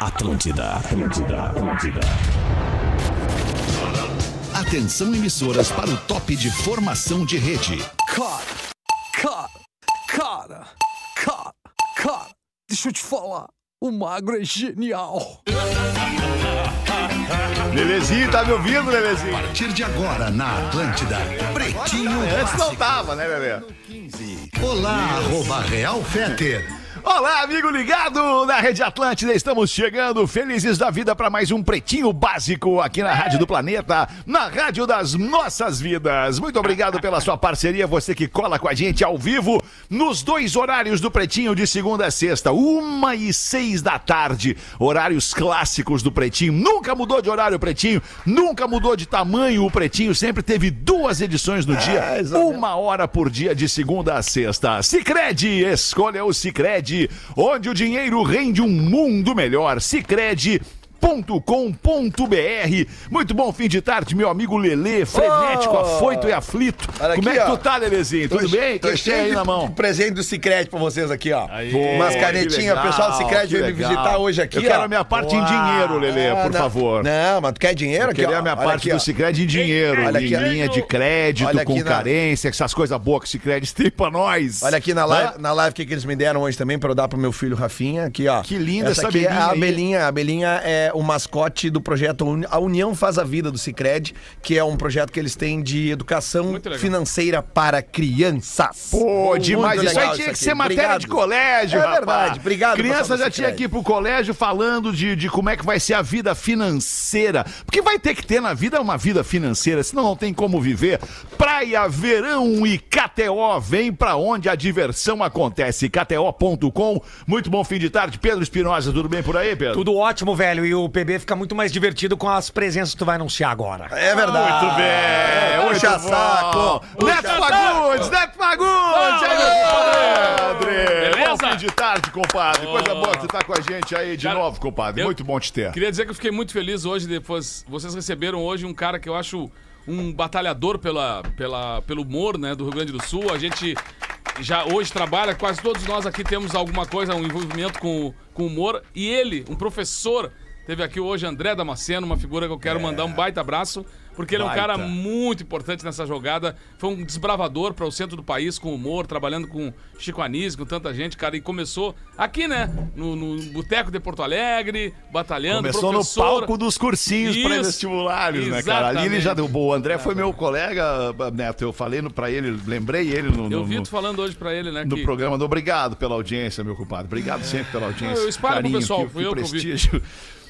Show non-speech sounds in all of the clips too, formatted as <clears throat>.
Atlântida, Atlântida, Atlântida. Atenção emissoras para o top de formação de rede. Cara, cara, cara, cara, cara, deixa eu te falar. O magro é genial. Lelezinho, tá me ouvindo, A Lelezinho? partir de agora na Atlântida, Pretinho Antes não Básico. tava, né, Lele? 15. Olá, arroba Real Feter. Olá, amigo ligado na Rede Atlântida. Estamos chegando felizes da vida para mais um Pretinho Básico aqui na Rádio do Planeta, na Rádio das Nossas Vidas. Muito obrigado pela sua parceria, você que cola com a gente ao vivo nos dois horários do Pretinho de segunda a sexta, uma e seis da tarde. Horários clássicos do Pretinho. Nunca mudou de horário o Pretinho, nunca mudou de tamanho o Pretinho. Sempre teve duas edições Ah, no dia, uma hora por dia de segunda a sexta. Sicredi, escolha o Sicredi, onde o dinheiro rende um mundo melhor. Sicredi .com.br Muito bom fim de tarde, meu amigo Lelê, frenético, afoito e aflito. Oh! Olha Como é aqui, que tu ó. tá, Lelezinho? Tudo bem? O que Tô que tem cheio aí de na mão? presente do Cicred pra vocês aqui, ó. Aí, Umas que canetinhas, legal, o pessoal do Cicred que veio me legal. visitar hoje aqui, Eu quero ó. a minha parte em dinheiro, Lelê, Ah, por não. favor. Não, mas tu quer dinheiro aqui, Queria ó? é a minha Olha parte aqui, ó. do Cicred em dinheiro, Olha olha aqui, ó. linha de crédito, Olha aqui com na- carência, essas coisas boas que o Cicred tem pra nós. Né? Olha aqui na live, Hã? na live que, que eles me deram hoje também pra eu dar pro meu filho Rafinha, aqui, ó. Que linda essa aqui é abelhinha a aí. abelhinha. A abelhinha é o mascote do projeto Uni- A União Faz a Vida do Cicred, que é um projeto que eles têm de educação financeira para crianças. Pô, Muito demais. Isso aí legal tinha que aqui. ser matéria Obrigado. de colégio, É rapaz. verdade, obrigado, Criança pessoal do já tinha Sicredi. que ir pro colégio falando de, de como é que vai ser a vida financeira. Porque vai ter que ter na vida uma vida financeira, senão não tem como viver. Praia, verão e KTO, vem pra onde a diversão acontece. KTO.com. Muito bom fim de tarde. Pedro Espinosa, tudo bem por aí, Pedro? Tudo ótimo, velho. E o PB fica muito mais divertido com as presenças que tu vai anunciar agora. É verdade. Muito bem, Puxa muito bom. saco. é, Neto Fagundes, Neto Fagundes, aí, compadre. Beleza? Bom fim de tarde, compadre. Coisa boa que tu tá com a gente aí de Cara, novo, compadre. eu- Muito bom te ter. Queria dizer que eu fiquei muito feliz hoje depois. Vocês receberam hoje um cara que eu acho um batalhador pela, pela, pelo humor, né, do Rio Grande do Sul. A gente já hoje trabalha, quase todos nós aqui temos alguma coisa, um envolvimento com, o- com o humor. E ele, um professor, teve aqui hoje André Damasceno, uma figura que eu quero mandar um baita abraço. Porque ele é um cara muito importante nessa jogada. Foi um desbravador para o centro do país com humor, trabalhando com Chico Anísio, com tanta gente, cara. E começou aqui, né? No, no Boteco de Porto Alegre, batalhando. Começou no professor. palco dos cursinhos Isso. pré-vestibulares, né, cara? Ali ele Exatamente. já deu boa. O André foi meu colega, Neto. Eu falei no- pra ele, lembrei ele no, Eu no, vi no- tu falando hoje pra ele, né? no que- programa. Obrigado pela audiência, meu compadre. Obrigado sempre pela audiência. Eu espalho pro Carinho, pessoal, que, fui que eu que ouvi. prestígio.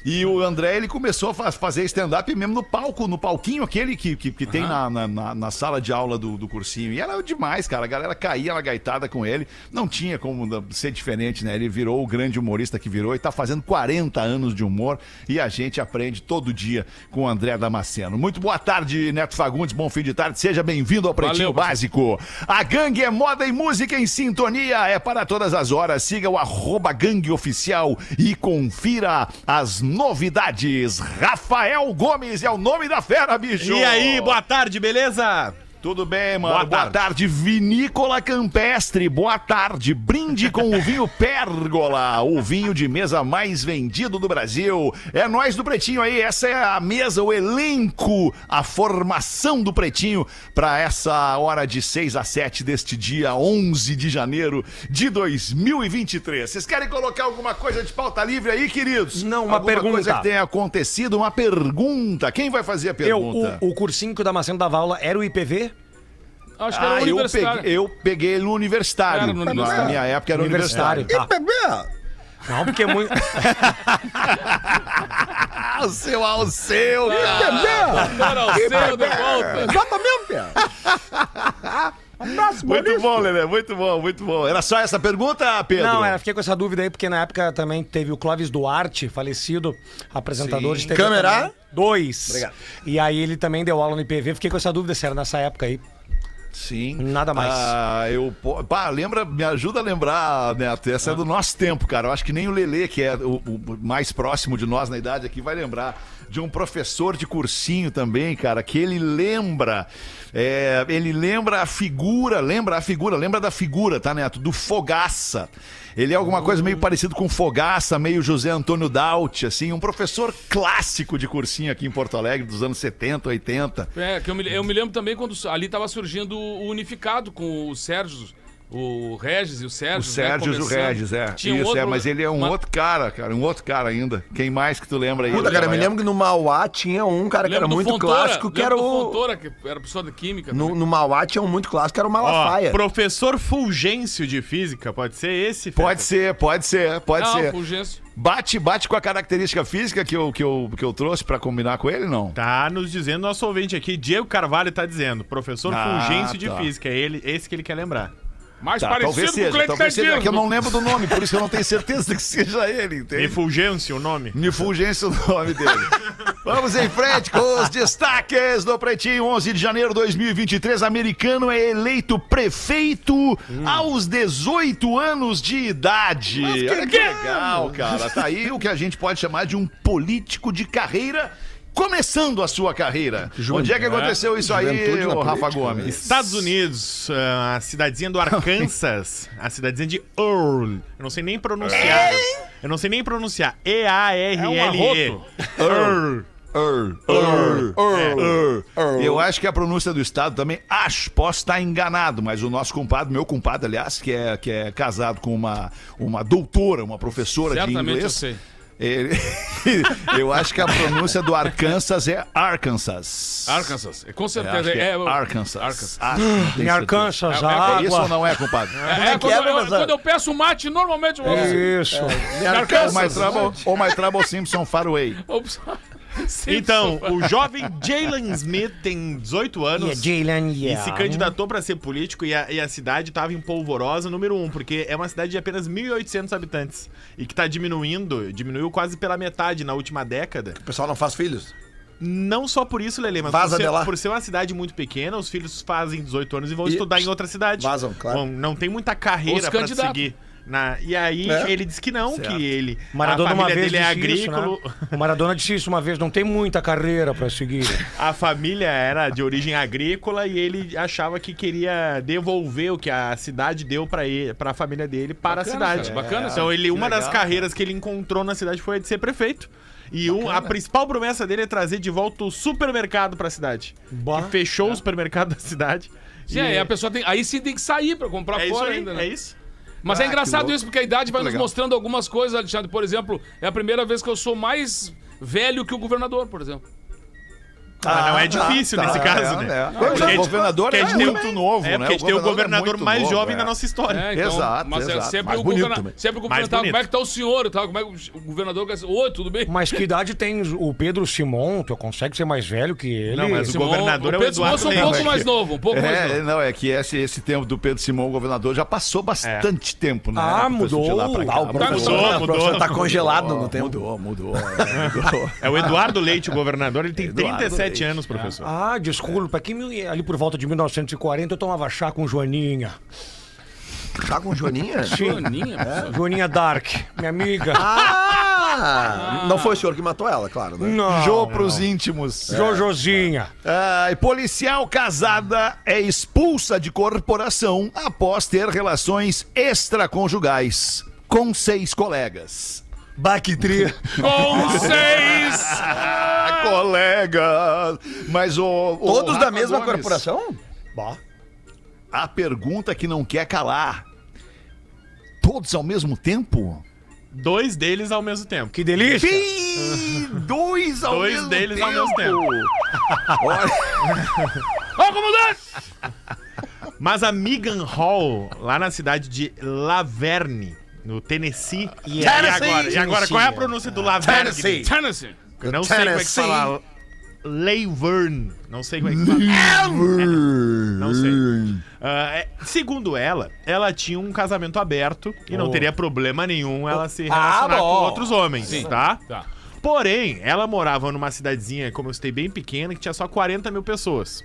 E o André, ele começou a fa- fazer stand-up mesmo no palco, no palquinho aquele que, que, que tem na, na, na- na sala de aula do, do cursinho. E era demais, cara. A galera caía na gaitada com ele. Não tinha como da- ser diferente, né? Ele virou o grande humorista que virou e tá fazendo 40 anos de humor. E a gente aprende todo dia com o André Damasceno. Muito boa tarde, Neto Fagundes. Bom fim de tarde. Seja bem-vindo ao Pretinho Valeu, Básico. Básico. A gangue é moda e música em sintonia. É para todas as horas. Siga o arroba gangue oficial e confira as novidades. Rafael Gomes é o nome da fera, bicho. E aí, boa tarde, beleza? Tudo bem, mano? Boa, Boa tarde. Vinícola Campestre. Boa tarde. Brinde com o <laughs> vinho Pérgola, o vinho de mesa mais vendido do Brasil. É nós do Pretinho aí. Essa é a mesa, o elenco, a formação do Pretinho para essa hora de 6 a 7 deste dia 11 de janeiro de 2023. Vocês querem colocar alguma coisa de pauta livre aí, queridos? Não, uma alguma coisa pergunta. que tenha acontecido, uma pergunta. Quem vai fazer a Eu, pergunta? o, o cursinho que o Damasceno dava aula era o IPV? Acho que era Ah, eu o universitário. peguei, eu peguei ele no universitário. Era Na- no Na universitário. minha época era universitário. Tá. Não, porque é muito. Ah, o seu Alceu, cara. <laughs> Era o seu de volta. Exatamente, Pia. Abraço, Muito bom, Lelê, muito bom, muito bom. Era só essa pergunta, Pedro? Não, era, fiquei com essa dúvida aí, porque na época também teve o Clóvis Duarte, falecido, apresentador de TV. Câmera? também. Dois. Obrigado. E aí ele também deu aula no IPV. Fiquei com essa dúvida se era nessa época aí. Sim. Nada mais. Ah, eu. po- Pá, lembra, me ajuda a lembrar, Neto. Essa é do nosso tempo, cara. Eu acho que nem o Lelê, que é o, o mais próximo de nós na idade aqui, vai lembrar de um professor de cursinho também, cara, que ele lembra. é, ele lembra a figura, lembra a figura, lembra da figura, tá, Neto? Do Fogaça. Ele é alguma coisa meio parecido com Fogaça, meio José Antônio Daut, assim, um professor clássico de cursinho aqui em Porto Alegre dos anos 70, 80. É, que eu me, eu me lembro também quando ali estava surgindo o unificado com o Sérgio, o Regis e o O Sérgio. né, Sérgio e o conversando. Regis, é. Tinha um Isso, é, outro- mas ele é um uma- outro cara, cara, um outro cara ainda. Quem mais que tu lembra aí? Puta, cara, eu me lembro que no Mauá tinha um cara que Lembro era do muito Fontoura, clássico, que lembro era do o. Fontoura, que era pessoa da química. No, também. no Mauá tinha um muito clássico, que era o Malafaia. Ó, professor Fulgêncio de Física, pode ser esse? Feta? Pode ser, pode ser, pode Não, ser. Fulgêncio. Bate, bate com a característica física que eu, que eu, que eu trouxe pra combinar com ele, não? Tá nos dizendo, nosso ouvinte aqui, Diego Carvalho tá dizendo, professor Ah, Fulgêncio tá. de Física, é ele, esse que ele quer lembrar. Mais Tá, parecido talvez com o seja, Cleiton talvez seja, é Tardio. que eu não lembro do nome, por isso eu não tenho certeza <laughs> que seja ele, E entende? É Fulgêncio, o nome? Me fulgência é o nome dele. <laughs> Vamos em frente com os destaques do Pretinho. 11 de janeiro de 2023, americano é eleito prefeito Hum. aos 18 anos de idade. Olha que legal, cara. Tá aí o que a gente pode chamar de um político de carreira começando a sua carreira. Onde é que aconteceu isso aí, Juventude na ô Rafa política, né? Gomes? Estados Unidos, ah, a cidadezinha do Arkansas, a cidadezinha de Earl. Eu não sei nem pronunciar. É? Eu não sei nem pronunciar. E-A-R-L-E. É um Earl. Eu acho que a pronúncia do Estado também, acho, posso estar enganado, mas o nosso compadre, meu compadre, aliás, que é, que é casado com uma, uma doutora, uma professora de Certamente inglês. eu sei. ele- <laughs> eu acho que a pronúncia do Arkansas é Arkansas. Arkansas. É, Com É, acho certeza. que É, é é, Arkansas. Ah, Arkansas. Acho, não tenho Em certeza. Arkansas, É- é- é a É isso ou água. não é, compadre? É, é que quando, é, eu, professor? quando eu peço mate, normalmente eu vou. assim. É Isso. É, Ou my trouble, ou my trouble Simpson Faraway. Ops. Sim, Então, o jovem Jalen Smith tem 18 Yeah, é anos. Jalen, E yeah. se candidatou para ser político e a, e a cidade estava em polvorosa, número um, porque é uma cidade de apenas 1.800 habitantes e que tá diminuindo, diminuiu quase pela metade na última década. O pessoal não faz filhos? Não só por isso, Lele, mas Vaza por, de ser, lá. por ser uma cidade muito pequena, os filhos fazem 18 anos e vão E- estudar em outra cidade. Vazam, claro. Bom, não tem muita Os carreira para candidatos. seguir. na- e aí É. ele diz que não, que ele. Maradona a uma família vez dele é disse isso, né? agrícola. O Maradona disse isso uma vez, não tem muita carreira pra seguir. A família era de origem agrícola e ele achava que queria devolver o que a cidade deu pra ele, para a família dele para Bacana, a cidade. cara, bacana. Então ele uma das carreiras que ele encontrou na cidade foi a de ser prefeito. E um- a principal promessa dele é trazer de volta o supermercado pra cidade. Bah. Que Ah. fechou o supermercado da cidade. Sim, aí a pessoa tem, aí sim tem que sair pra comprar é isso é fora aí, ainda, né? é isso. Mas é engraçado isso, porque a idade vai nos legal. mostrando algumas coisas, Alexandre. Por exemplo, é a primeira vez que eu sou mais velho que o governador, por exemplo. Ah, Tá, não é difícil nesse caso, né? Quantos anos? Porque a o gente- governador porque a é gente tem o- muito novo, É, né? porque a gente tem o é governador muito mais novo, jovem é. da nossa história. É, Exato, Mas é exato. sempre Mais o bonito governador. também. Sempre o Mais governador. Como é bonito. que tá o senhor? e tal? Como é que o governador. quer dizer, Oi, tudo bem? Mas que idade tem o Pedro Simon? Tu consegue ser mais velho que ele? Não, mas o Simão- governador é o Pedro Simão Eduardo é um pouco Leite. mais novo, um pouco mais É, novo. não, é que esse, esse tempo do Pedro Simão, governador, já passou bastante tempo, né? Ah, Do pessoal de mudou. lá pra cá. Ah, o professor- O professor mudou. tá congelado no tempo. Mudou, mudou. é, mudou. É o então. Eduardo Leite, o governador, ele tem Eduardo Leite. 37 anos, professor. Ah, desculpa, que mil- ali por volta de 1940 eu tomava chá com Joaninha. Tá com Joaninha? Joaninha, pessoal. Joaninha Dark, minha amiga. Ah! Não foi o senhor que matou ela, claro, né? Não. Jô pros É. íntimos. É. Jojozinha. Ai, policial casada é expulsa de corporação após ter relações extraconjugais com seis colegas. Bactria. Com seis! Ah, colegas! Mas o. o Todos Rafa da mesma Gomes, corporação? A pergunta que não quer calar. Todos ao mesmo tempo? Dois deles ao mesmo tempo. Que delícia. Ih, dois ao Dois mesmo deles ao tempo. mesmo tempo. Olha, Ó, comandante! Mas a Megan Hall, lá na cidade de Laverne, no Tennessee. E, Tennessee! agora? E agora, qual é a pronúncia do Laverne? Tennessee. Tennessee! Eu Não sei como é que Tennessee. fala. Laverne. Não sei como é que fala. Não sei. Ah, é- segundo ela, ela tinha um casamento aberto e não teria problema nenhum ela se relacionar com bom. outros homens, tá? Tá. Porém, ela morava numa cidadezinha, como eu citei, bem pequena, que tinha só 40 mil pessoas.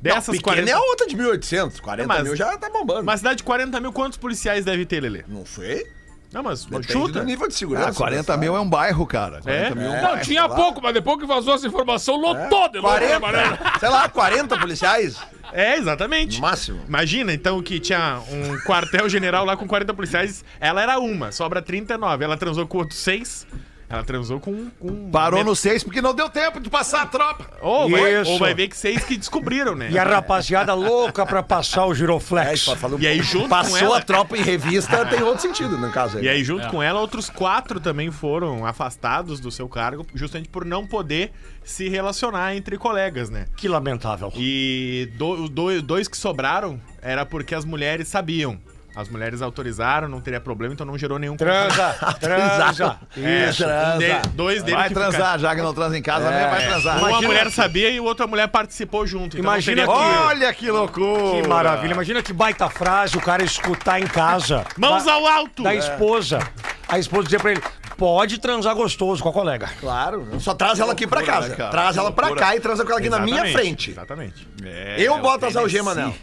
Dessas Pequena 40. é a outra de 1800. 40 Mas- mil já tá bombando. Uma cidade de 40 mil, quantos policiais deve ter, Lelê? Não sei. Não, mas Depende chuta. do nível de segurança. né? Ah, 40 mil é um bairro, cara. 40 mil. não, tinha pouco, mas depois que vazou essa informação, lotou de novo. 40, né, sei lá, 40 policiais É, exatamente. no máximo. Imagina, então, que tinha um quartel-general lá com 40 policiais. Ela era uma, sobra 39. Ela transou com outros seis. Ela transou com... com Parou no 6 porque não deu tempo de passar a tropa. Ou vai, Isso. ou vai ver que seis que descobriram, né? <laughs> E a rapaziada louca pra passar o É, giroflex. isso, falou- E aí, junto com Passou ela- a tropa em revista, tem outro sentido, no caso aí. E aí, junto com ela, outros quatro também foram afastados do seu cargo, justamente por não poder se relacionar entre colegas, né? Que lamentável. E <laughs> do- os dois, dois que sobraram era porque as mulheres sabiam. As mulheres autorizaram, não teria problema, então não gerou nenhum Transa, transa. Isso. Isso. É, um De, dois deles Vai que É. transar, já que não transa em casa, né? vai transar. Ficaram, uma mulher sabia e outra mulher participou junto. Então Imagina não teria... que- Olha que loucura! Que maravilha. Imagina que baita frase o cara escutar em casa. Mãos da, ao alto! da esposa. A esposa dizer pra ele: pode transar gostoso com a colega. Claro, não só traz ela aqui pra Loucura, É, casa. né, cara? Traz ela pra cá e transa com ela aqui na minha Exatamente, frente. Exatamente. Eu boto as algemas nela.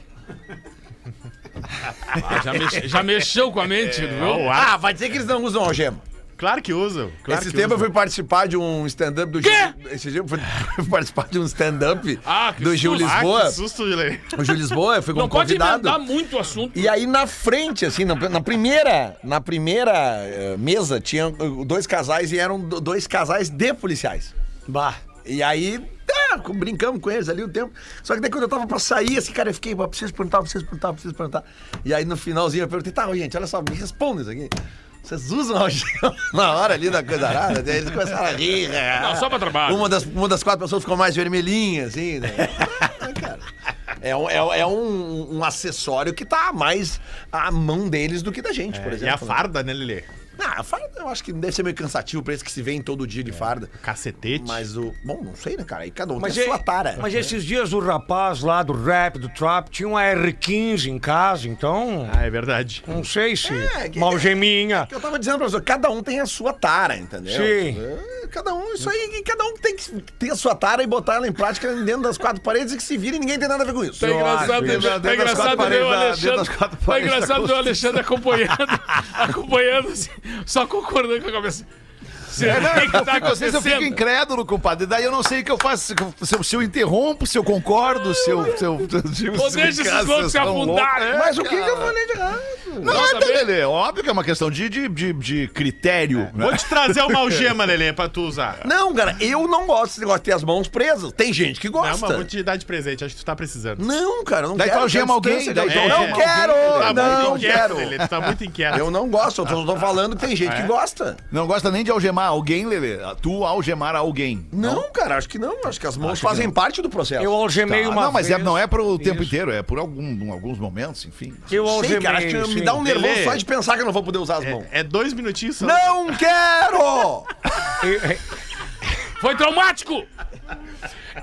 Ah, já, mexe- já mexeu com a mente, viu? Ah, vai dizer que eles não usam algema. Claro que usam. Claro Esse que tempo eu usam. fui participar de um stand-up do Gil. Esse dia eu fui <laughs> participar de um stand-up Ah, que do Gil susto. Lisboa. Ah, que susto, Lelê. O Gil Lisboa, eu fui como Não pode convidado. emendar muito o assunto. E aí na frente, assim, na, na primeira, na primeira eh, mesa, tinha eh, dois casais e eram do- dois casais de policiais. Bah. E aí, tá, brincamos com eles ali o tempo. Só que daí quando eu tava pra sair, assim, cara, eu fiquei, "Mas preciso perguntar, preciso perguntar, preciso perguntar. E aí no finalzinho eu perguntei, tá, gente, olha só, me responda isso aqui. Vocês usam <laughs> algema na hora ali da coisa arada? Daí Eles começaram a rir. né? Não, só pra trabalho. Uma das, uma das quatro pessoas ficou mais vermelhinha, assim. <laughs> né? Ah, cara. É, um, é, é um, um acessório que tá mais à mão deles do que da gente, por É, exemplo. E a farda, né, Lelê? Ah, a farda eu acho que deve ser meio cansativo pra eles que se veem todo dia É. de farda. Cacetete. Mas o. Bom, não sei, né, cara? Aí cada um Mas, tem e- a sua tara. mas esses dias o rapaz lá do rap, do trap, tinha uma R15 em casa, então. Ah, é verdade. Não sei se. É, que- uma algeminha. Que Eu tava dizendo pra você, cada um tem a sua tara, entendeu? Sim. É, Cada um, isso aí, que cada um tem que ter a sua tara e botar ela em prática dentro das quatro paredes e que se vire e ninguém tem nada a ver com isso. Tá engraçado, acho, tá dentro das engraçado quatro ver paredes o da- dentro das Alexandre. quatro Tá paredes da engraçado ver o Alexandre acompanhando, <laughs> acompanhando, assim, só concordando com a cabeça. Você É, não, tem que eu, tá fico, às vezes eu fico acontecendo. incrédulo, compadre. Daí eu não sei o que eu faço. Se eu, se eu interrompo, se eu concordo, se eu. Se eu, <laughs> se eu Ou deixa esses loucos se afundar, É, né? Mas o que, que eu falei de errado? Não, Nossa, é, Lelê, óbvio que é uma questão de, de, de, de critério. Vou Né? te trazer uma algema, Lelê, pra tu usar. Não, cara, eu não gosto desse negócio de ter as mãos presas. Tem gente que Não, mas gosta. vou te dar de presente, acho que tu tá precisando. Não, cara, eu não Daí tu quero. algema quero alguém, distância, daí eu tu não algema quero, Tá muito não inquieto, quero. Lelê, tu tá muito inquieto. Eu não gosto, eu tô, tô falando que tem gente que gosta. Não gosta nem de algemar alguém, Lelê. Tu algemar alguém. Tá. Não, cara, acho que não. Acho que as mãos fazem parte do processo. Eu algemei Ah, uma. não, mas é, vez. não é pro tempo inteiro, é por algum, alguns momentos, enfim. Eu algemei. Sei, cara, acho que me sim. dá um nervoso Lelê. só de pensar que eu não vou poder usar as mãos. É, é dois minutinhos só. Não quero! Foi traumático!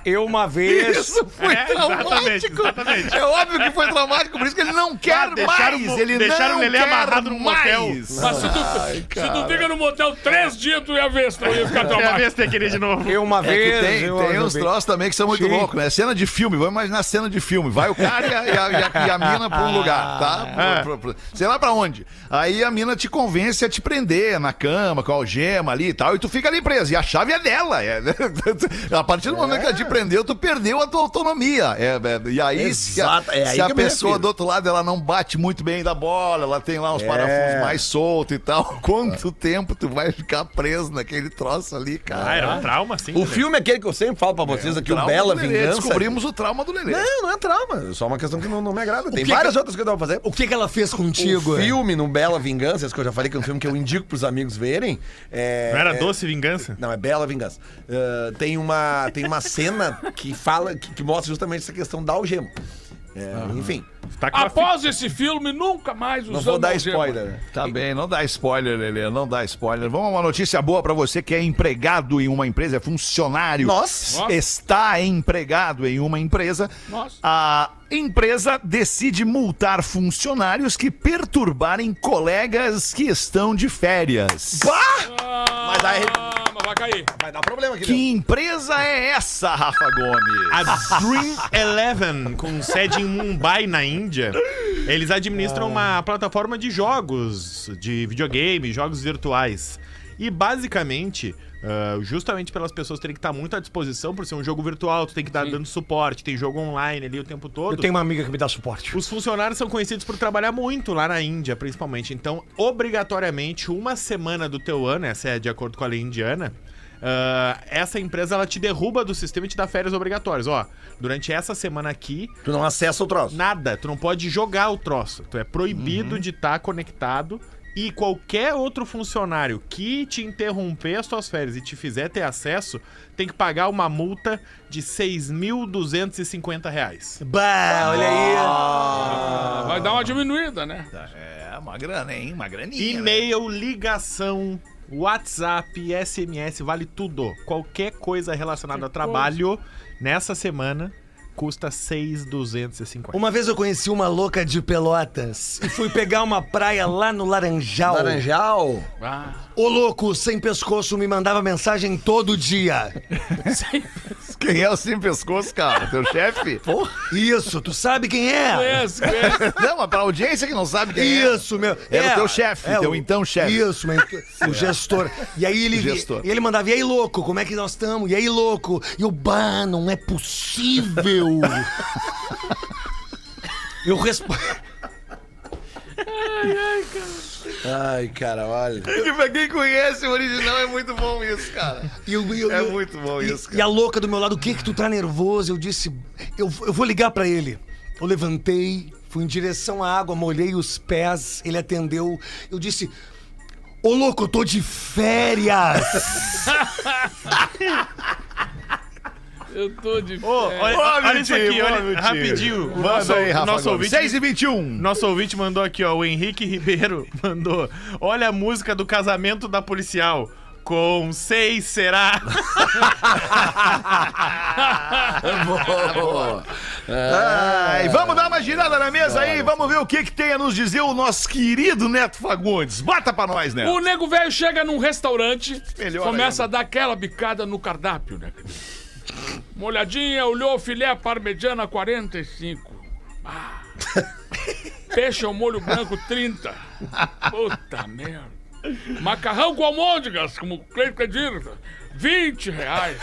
Eu uma vez. foi É, exatamente, exatamente. É óbvio que foi traumático, por isso que ele não quer Ah, deixaram mais. o- Ele deixaram não o Lelê quer amarrado num motel. mais. Mas se tu, se tu fica no motel três dias, tu ia ver se tu ia ficar Quer traumático. ver se tem aquele de novo. Eu uma É vez. que tem, eu tem uns algemei. troços também que são muito Sim. loucos, né? Cena de filme, vamos imaginar cena de filme. Vai o cara e a, e a- e a- e a mina pra um Ah. lugar, tá? É. Pra- pra- pra- sei lá pra onde. Aí a mina te convence a te prender na cama, com a algema ali e tal, e tu fica ali preso. E a chave é dela. é. <laughs> a partir do momento que É. ela te prendeu, tu perdeu a tua autonomia. É, é, e aí, se a, Exato, é aí se a que eu me pessoa refiro. É. do outro lado ela não bate muito bem da bola, ela tem lá uns parafusos mais soltos e tal, <laughs> quanto tempo tu vai ficar preso naquele troço ali, cara? é Ah, era um trauma, sim. O Lelê. filme é aquele que eu sempre falo pra vocês aqui, o Trauma é Bela do Lelê. Vingança. Descobrimos o trauma do Lelê. Não, não é trauma. É só uma questão que não, não me agrada. Tem várias outras coisas que eu vou fazer. O, O que, que ela fez contigo? o filme no Bela Vingança, esse que eu já falei que é um filme que eu indico pros amigos verem. É, Não era é- doce vingança? Não, é Bela Vingança. Ah, tem, uma, tem uma cena que fala, que, que mostra justamente essa questão da algema. É, Enfim, Tá com uma Após esse filme, nunca mais usamos não vou dar algema. spoiler. né? Tá bem, não dá spoiler, Lelê, não dá spoiler. Vamos a uma notícia boa pra você que é empregado em uma empresa, é funcionário. Nossa. Nossa. Está empregado em uma empresa. Nossa. A empresa decide multar funcionários que perturbarem colegas que estão de férias. Bah! Mas aí- Ah, mas vai cair. Vai dar problema aqui. Que empresa é essa, Rafa Gomes? A Dream Eleven, com sede em Mumbai, na Índia, eles administram uma Ah. plataforma de jogos, de videogame, jogos virtuais. E basicamente, ah, justamente pelas pessoas terem que estar muito à disposição, por ser um jogo virtual, tu tem que estar dando suporte, tem jogo online ali o tempo todo. Eu tenho uma amiga que me dá suporte. Os funcionários são conhecidos por trabalhar muito lá na Índia, principalmente. Então, obrigatoriamente, uma semana do teu ano, essa é de acordo com a lei indiana, ah, essa empresa ela te derruba do sistema e te dá férias obrigatórias. Ó, durante essa semana aqui, Tu não acessa o troço. Uhum. nada, tu não pode jogar o troço. Tu é proibido de estar conectado. E qualquer outro funcionário que te interromper as tuas férias e te fizer ter acesso, tem que pagar uma multa de 6.250 reais. Bah, olha aí. Ah. Vai dar uma diminuída, né? É, uma grana, hein? Uma graninha. né? E-mail, ligação, WhatsApp, SMS, vale tudo. Qualquer coisa relacionada a trabalho nessa semana custa 6,250. Uma vez eu conheci uma louca de Pelotas e fui pegar uma praia lá no Laranjal. Laranjal. Ah, O louco sem pescoço me mandava mensagem todo dia. Quem é o sem pescoço, cara? Teu chefe? Isso, tu sabe quem é? conheço, conheço. <laughs> Não, mas pra audiência que não sabe quem é. Isso, meu. Era o teu chefe, é teu então chefe. Isso, meu, ent- o gestor. E aí ele, O gestor. E ele mandava, e aí, louco, como é que nós estamos? E aí, louco? E eu, bah, não <laughs> é possível. eu respondo. Ai, cara, olha. Pra quem conhece o original é muito bom isso, cara. É muito bom E- isso, E, cara. a louca do meu lado, o que que tu tá nervoso? Eu disse, eu, eu vou ligar pra ele. Eu levantei, fui em direção à água, molhei os pés, ele atendeu. Eu disse, ô louco, eu tô de <laughs> férias. Eu tô de Ô, olha, olha Ô, isso Vitinho, aqui, ô, olha, Vitinho. rapidinho. O Manda nosso, aí, Rafa. o nosso Gomes. ouvinte, 6 e 21. nosso ouvinte mandou aqui, ó, o Henrique Ribeiro <laughs> mandou, olha a música do casamento da policial. Com seis será. Ai, vamos dar uma girada na mesa aí, vamos ver o que, que tem a nos dizer o nosso querido Neto Fagundes. Bota pra nós, Neto. O nego velho chega num restaurante, Melhor começa a dar aquela bicada no cardápio, né? Uma olhadinha, olhou filé parmegiana 45. Ah. Peixe ao molho branco 30. Puta merda. Macarrão com almôndegas, como o Cleiton quer dizer, 20 reais.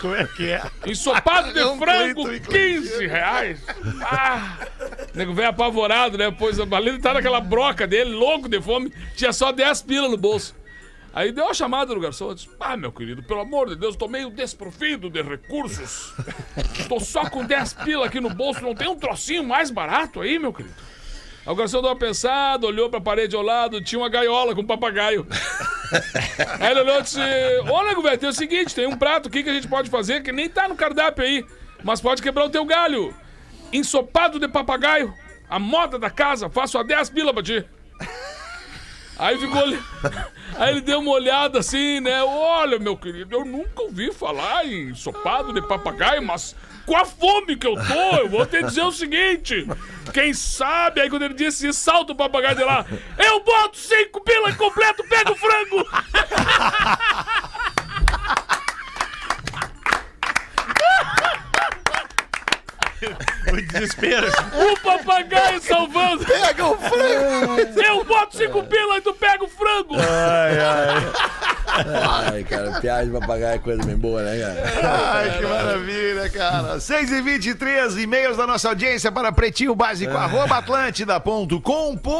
Como é que é? Ensopado de Não, frango, Cleiton e Cleiton. 15 reais. Ah, o nego velho apavorado, né? Pois a Marlene tá naquela broca dele, louco de fome, tinha só 10 pila no bolso. Aí deu uma chamada no garçom e disse: Ah, meu querido, pelo amor de Deus, tô meio desprovido de recursos. Tô só com 10 pila aqui no bolso, não tem um trocinho mais barato aí, meu querido? Aí o garçom deu uma pensada, olhou pra parede ao lado, tinha uma gaiola com um papagaio. Aí ele olhou e disse: Ô, nego, velho, tem o seguinte: tem um prato aqui que a gente pode fazer que nem tá no cardápio aí, mas pode quebrar o teu galho. Ensopado de papagaio, a moda da casa, faço a 10 pila pra ti. Aí ficou. ali- Aí ele deu uma olhada assim, né? Olha, meu querido, eu nunca ouvi falar em ensopado de papagaio, mas com a fome que eu tô, eu vou te dizer o seguinte. Quem sabe, aí quando ele disse isso, salta o papagaio de lá. Eu boto cinco pila completo, pega o frango! O desespero. <laughs> O papagaio salvando. Pega o frango. Eu boto cinco pila e tu pega o frango. É. Ai, cara, piada de papagaio é coisa bem boa, né, cara? Ai, que maravilha, cara. 6 e 23 e-mails da nossa audiência para pretinho É. básico, arroba atlântida.com.br.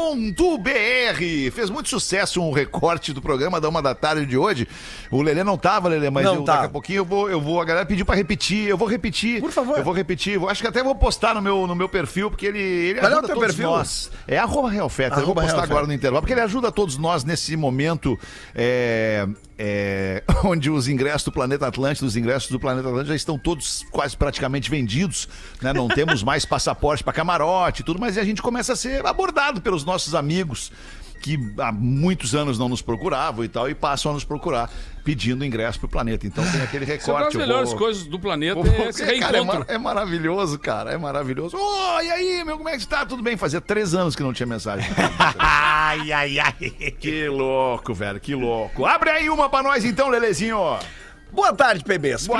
Fez muito sucesso um recorte do programa da uma da tarde de hoje. O Lelê não tava, Lelê, mas Não eu- tá. daqui a pouquinho eu vou, eu vou. A galera pediu pra repetir, eu vou repetir. Por favor. Eu vou repetir. Vou- acho que até vou postar no meu, no meu perfil, porque ele, ele Qual é o ajuda teu todos perfil? nós. É arroba realfeta. Eu vou Arroba postar Real Feta. agora no intervalo, porque ele ajuda todos nós nesse momento é, é, <laughs> onde os ingressos do Planeta Atlântico, os ingressos do Planeta Atlântico já estão todos quase praticamente vendidos, né? <laughs> Não temos mais passaporte para camarote e tudo, mas a gente começa a ser abordado pelos nossos amigos. que há muitos anos não nos procuravam e tal, e passam a nos procurar pedindo ingresso pro planeta. Então tem aquele Uma das recorte. eu melhores vou- coisas do planeta Pô, é esse cara, é, reencontro. mar- é maravilhoso, cara. É maravilhoso. Ô, e aí, meu, como é que tá? Tudo bem? Fazia três anos que não tinha mensagem. Ai, ai, ai. que louco, velho. Que louco. Abre aí uma pra nós então, Lelezinho. Boa tarde, PBs. Boa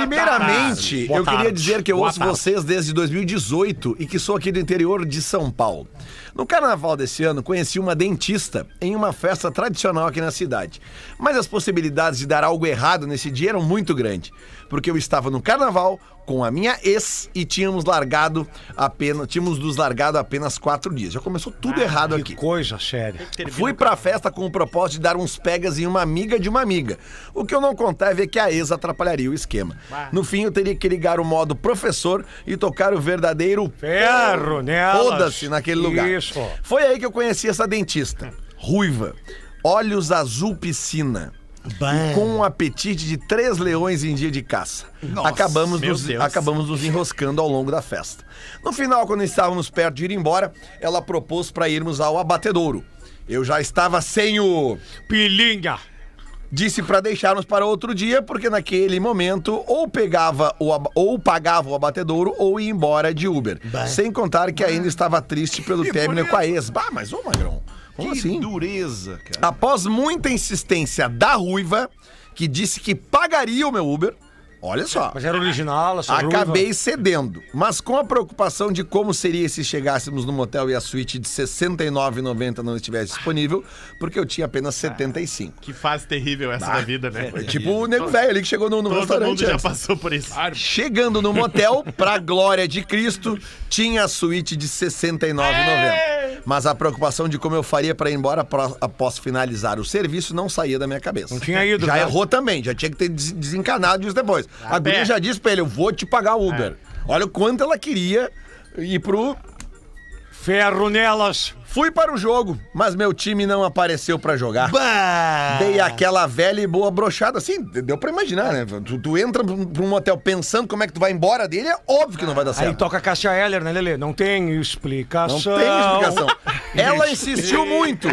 tarde. Primeiramente, Boa eu queria tarde. dizer que eu Boa ouço tarde. vocês desde 2018 e que sou aqui do interior de São Paulo. No carnaval desse ano, conheci uma dentista em uma festa tradicional aqui na cidade. Mas as possibilidades de dar algo errado nesse dia eram muito grandes, porque eu estava no carnaval com a minha ex e tínhamos largado apenas, tínhamos nos largado apenas quatro dias. Já começou tudo Ah, errado aqui. Coisa séria. Fui pra festa com o propósito de dar uns pegas em uma amiga de uma amiga. O que eu não contava é que a ex atrapalharia o esquema. No fim, eu teria que ligar o modo professor e tocar o verdadeiro Ferro nelas. Foda-se naquele lugar. Isso. Foi aí que eu conheci essa dentista. Ruiva. Olhos azul piscina. É. E com um apetite de três leões em dia de caça. acabamos, meu nos, Deus. acabamos nos enroscando ao longo da festa. No final, quando estávamos perto de ir embora, ela propôs para irmos ao abatedouro. Eu já estava sem o. Pilinha. Disse para deixarmos para outro dia, porque naquele momento ou pegava o ab- ou pagava o abatedouro ou ia embora de Uber. Sem contar que Ah. ainda estava triste pelo término com a ex. Bah, mas ô Magrão, como que assim? dureza, cara. Após muita insistência da Ruiva, que disse que pagaria o meu Uber, olha só. Mas era original, essa ruiva. Acabei cedendo, mas com a preocupação de como seria se chegássemos no motel e a suíte de R$ 69,90 não estivesse disponível, porque eu tinha apenas 75. Que fase terrível essa Ah, da vida, né? É um tipo o nego velho ali que chegou no, no Todo restaurante. mundo já antes. passou por isso. Ah, Chegando no motel, pra glória de Cristo, tinha a suíte de R$ 69,90. Mas a preocupação de como eu faria pra ir embora pró- após finalizar o serviço não saía da minha cabeça. Não tinha ido, Já né? Tá errou também, já tinha que ter des- desencanado isso depois. A guria pé. já disse pra ele, eu vou te pagar o É. Uber. Olha o quanto ela queria ir pro... Ferro nelas. Fui para o jogo, mas meu time não apareceu pra jogar. Dei aquela velha e boa brochada. Assim, deu pra imaginar, né? Tu, tu entra pra um- pra um motel pensando como é que tu vai embora dele, é óbvio que não vai dar Aí certo. toca a Cássia Heller, né, Lelê? Não tem Não explicação. tem explicação. Ela insistiu muito,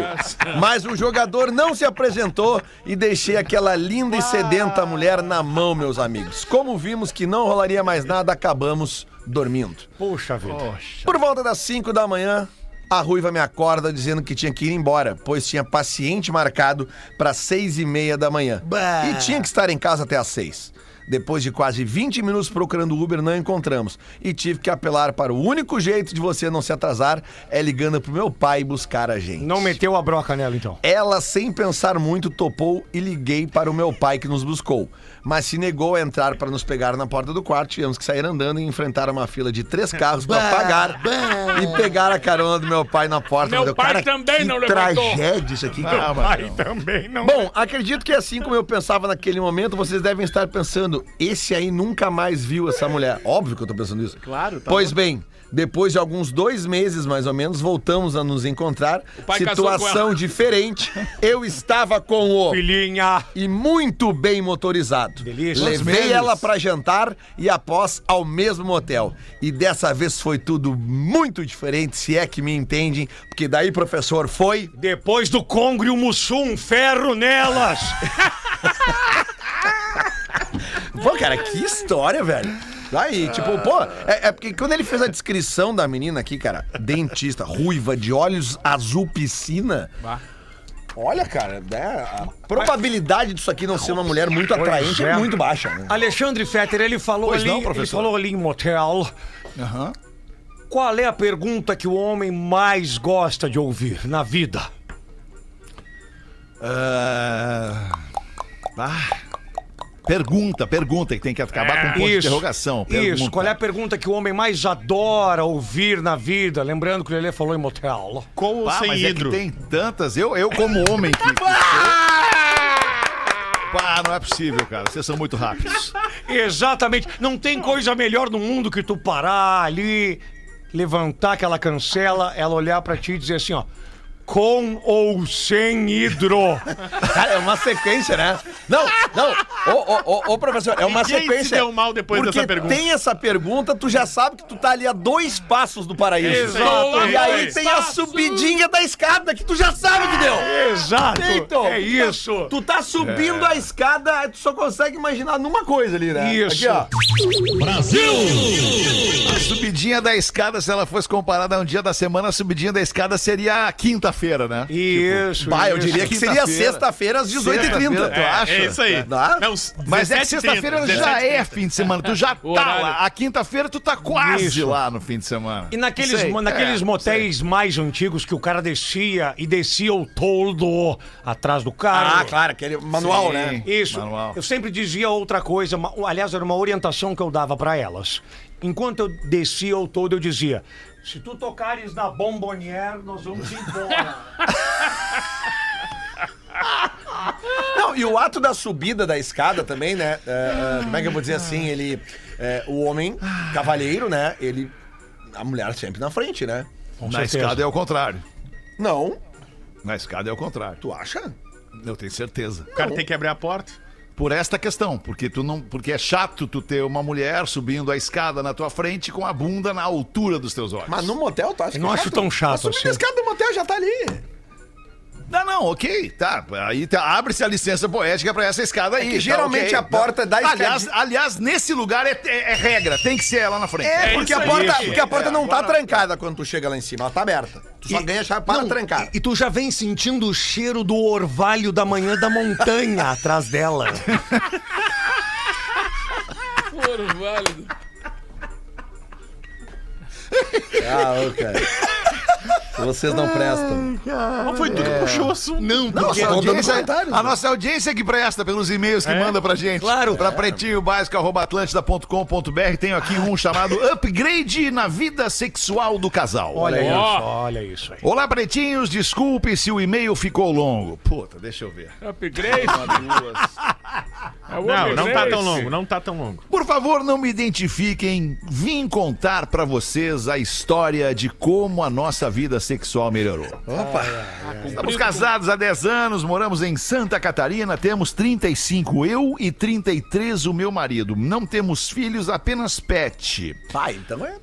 mas o jogador não se apresentou e deixei aquela linda e sedenta mulher na mão, meus amigos. Como vimos que não rolaria mais nada, acabamos dormindo. Puxa vida. Por volta das 5 da manhã, a ruiva me acorda dizendo que tinha que ir embora, pois tinha paciente marcado para 6 e meia da manhã. E tinha que estar em casa até às 6. Depois de quase 20 minutos procurando o Uber, não encontramos. E tive que apelar para o único jeito de você não se atrasar é ligando pro meu pai buscar a gente. Não meteu a broca nela, então. Ela, sem pensar muito, topou e liguei para o meu pai que nos buscou. Mas se negou a entrar para nos pegar na porta do quarto. Tivemos que sair andando e enfrentar uma fila de três carros <laughs> para pagar e pegar a carona do meu pai na porta. Meu Eu, pai cara, também que não levantou. tragédia isso aqui, cara. também não. Bom, acredito que assim como eu pensava naquele momento, vocês devem estar pensando, esse aí nunca mais viu essa mulher. Óbvio que eu tô pensando isso. Claro. Tá pois bem, depois de alguns dois meses, mais ou menos, voltamos a nos encontrar. pai casou com Situação diferente. Eu estava com o... Filhinha. E muito bem motorizado. Delícia. Levei ela pra jantar e após ao mesmo hotel. E dessa vez foi tudo muito diferente, se é que me entendem, porque daí, professor, foi Depois do Congre, o Mussum, ferro nelas. Pô, cara, que história, velho. Aí, tipo, pô, é, é porque quando ele fez a descrição da menina aqui, cara, dentista, ruiva, de olhos azul piscina. Olha, cara, né, a probabilidade disso aqui não ser uma mulher muito atraente é é. muito baixa, né? <laughs> Alexandre Fetter, ele falou Pois ali, não, ele professor. falou ali em motel. Qual é a pergunta que o homem mais gosta de ouvir na vida? Pergunta, pergunta, que tem que acabar com um ponto de interrogação. É, Isso. Pergunta. Qual é a pergunta que o homem mais adora ouvir na vida? Lembrando que o Lelê falou em motel. Com ou Pá, sem mas hidro? É que tem tantas. Eu, eu como homem que. que- Pá, não é possível, cara. Vocês são muito rápidos. Exatamente. Não tem coisa melhor no mundo que tu parar ali, levantar aquela cancela, ela olhar pra ti e dizer assim, ó. Com ou sem hidro. <laughs> Cara, é uma sequência, né? Não, não. Ô, ô, ô, ô professor, é uma E quem se sequência. deu mal depois porque dessa pergunta? tem essa pergunta, tu já sabe que tu tá ali a dois passos do paraíso. Exato. E aí Dois tem a subidinha da escada que tu já sabe que deu. Exato. Então, é isso. É. Tu tá subindo a escada, aí tu só consegue imaginar numa coisa ali, né? Isso. Aqui, ó. Subidinha da escada, se ela fosse comparada a um dia da semana, a subidinha da escada seria a quinta-feira, né? Isso. Bah, eu isso. diria que seria Quinta-feira. sexta-feira às 18h30. Sexta-feira, tu acha? É isso aí. Dá? É uns Mas é que 17, sexta-feira já 17. é fim de semana, tu já tá horário. lá. A quinta-feira tu tá quase Isso. lá no fim de semana. É. E naqueles, naqueles motéis mais antigos que o cara descia e descia o toldo atrás do carro. Ah, claro, aquele manual, Sim. né? Isso. Manual. Eu sempre dizia outra coisa, ma- aliás, era uma orientação que eu dava pra elas. Enquanto eu descia o todo, eu dizia: se tu tocares na bombonier, nós vamos embora. Não, e o ato da subida da escada também, né? É, é, como é que eu vou dizer assim? Ele. é, o homem, cavalheiro, né? Ele. A mulher sempre na frente, né? Com Na certeza. escada é o contrário. Não, Na escada é o contrário. tu acha? Eu tenho certeza. O cara tem que abrir a porta. Por esta questão, porque tu não, porque é chato tu ter uma mulher subindo a escada na tua frente com a bunda na altura dos teus olhos. Mas no motel, tá tu acha Eu não acho tão chato Mas subir assim. a escada do motel já tá ali. Não, não, ok, tá. Aí tá, abre-se a licença poética pra essa escada aí. É que tá, geralmente ok. a porta é da escada- aliás, aliás, nesse lugar é, é- é regra, tem que ser ela na frente. É, É porque, isso a aí, porta, gente. porque a porta É, não tá agora- trancada quando tu chega lá em cima, ela tá aberta. Tu só ganha a chave <laughs> para Não, trancar. E, e tu já vem sentindo o cheiro do orvalho da manhã <laughs> da montanha atrás dela. Ouro válido. Ah, ok. Vocês não Ah, prestam. Não foi tu que puxou o assunto. Não, É. Não, nossa Porque- audiência, Tô dando comentários, a né? nossa audiência é que presta pelos e-mails É? que manda pra gente. Claro. Pra pretinhobásico.com.br tenho aqui um chamado Upgrade na Vida Sexual do Casal. Olha isso, Ó. olha isso aí. Olá, pretinhos, desculpe se o e-mail ficou longo. Puta, deixa eu ver. Upgrade. É o não, não tá upgrade. tão longo, não tá tão longo. Por favor, não me identifiquem. Vim contar pra vocês a história de como a nossa vida sexual melhorou. Opa. Estamos casados há 10 anos, moramos em Santa Catarina, temos 35 eu e 33 o meu marido. Não temos filhos, apenas pet. Vai, então é.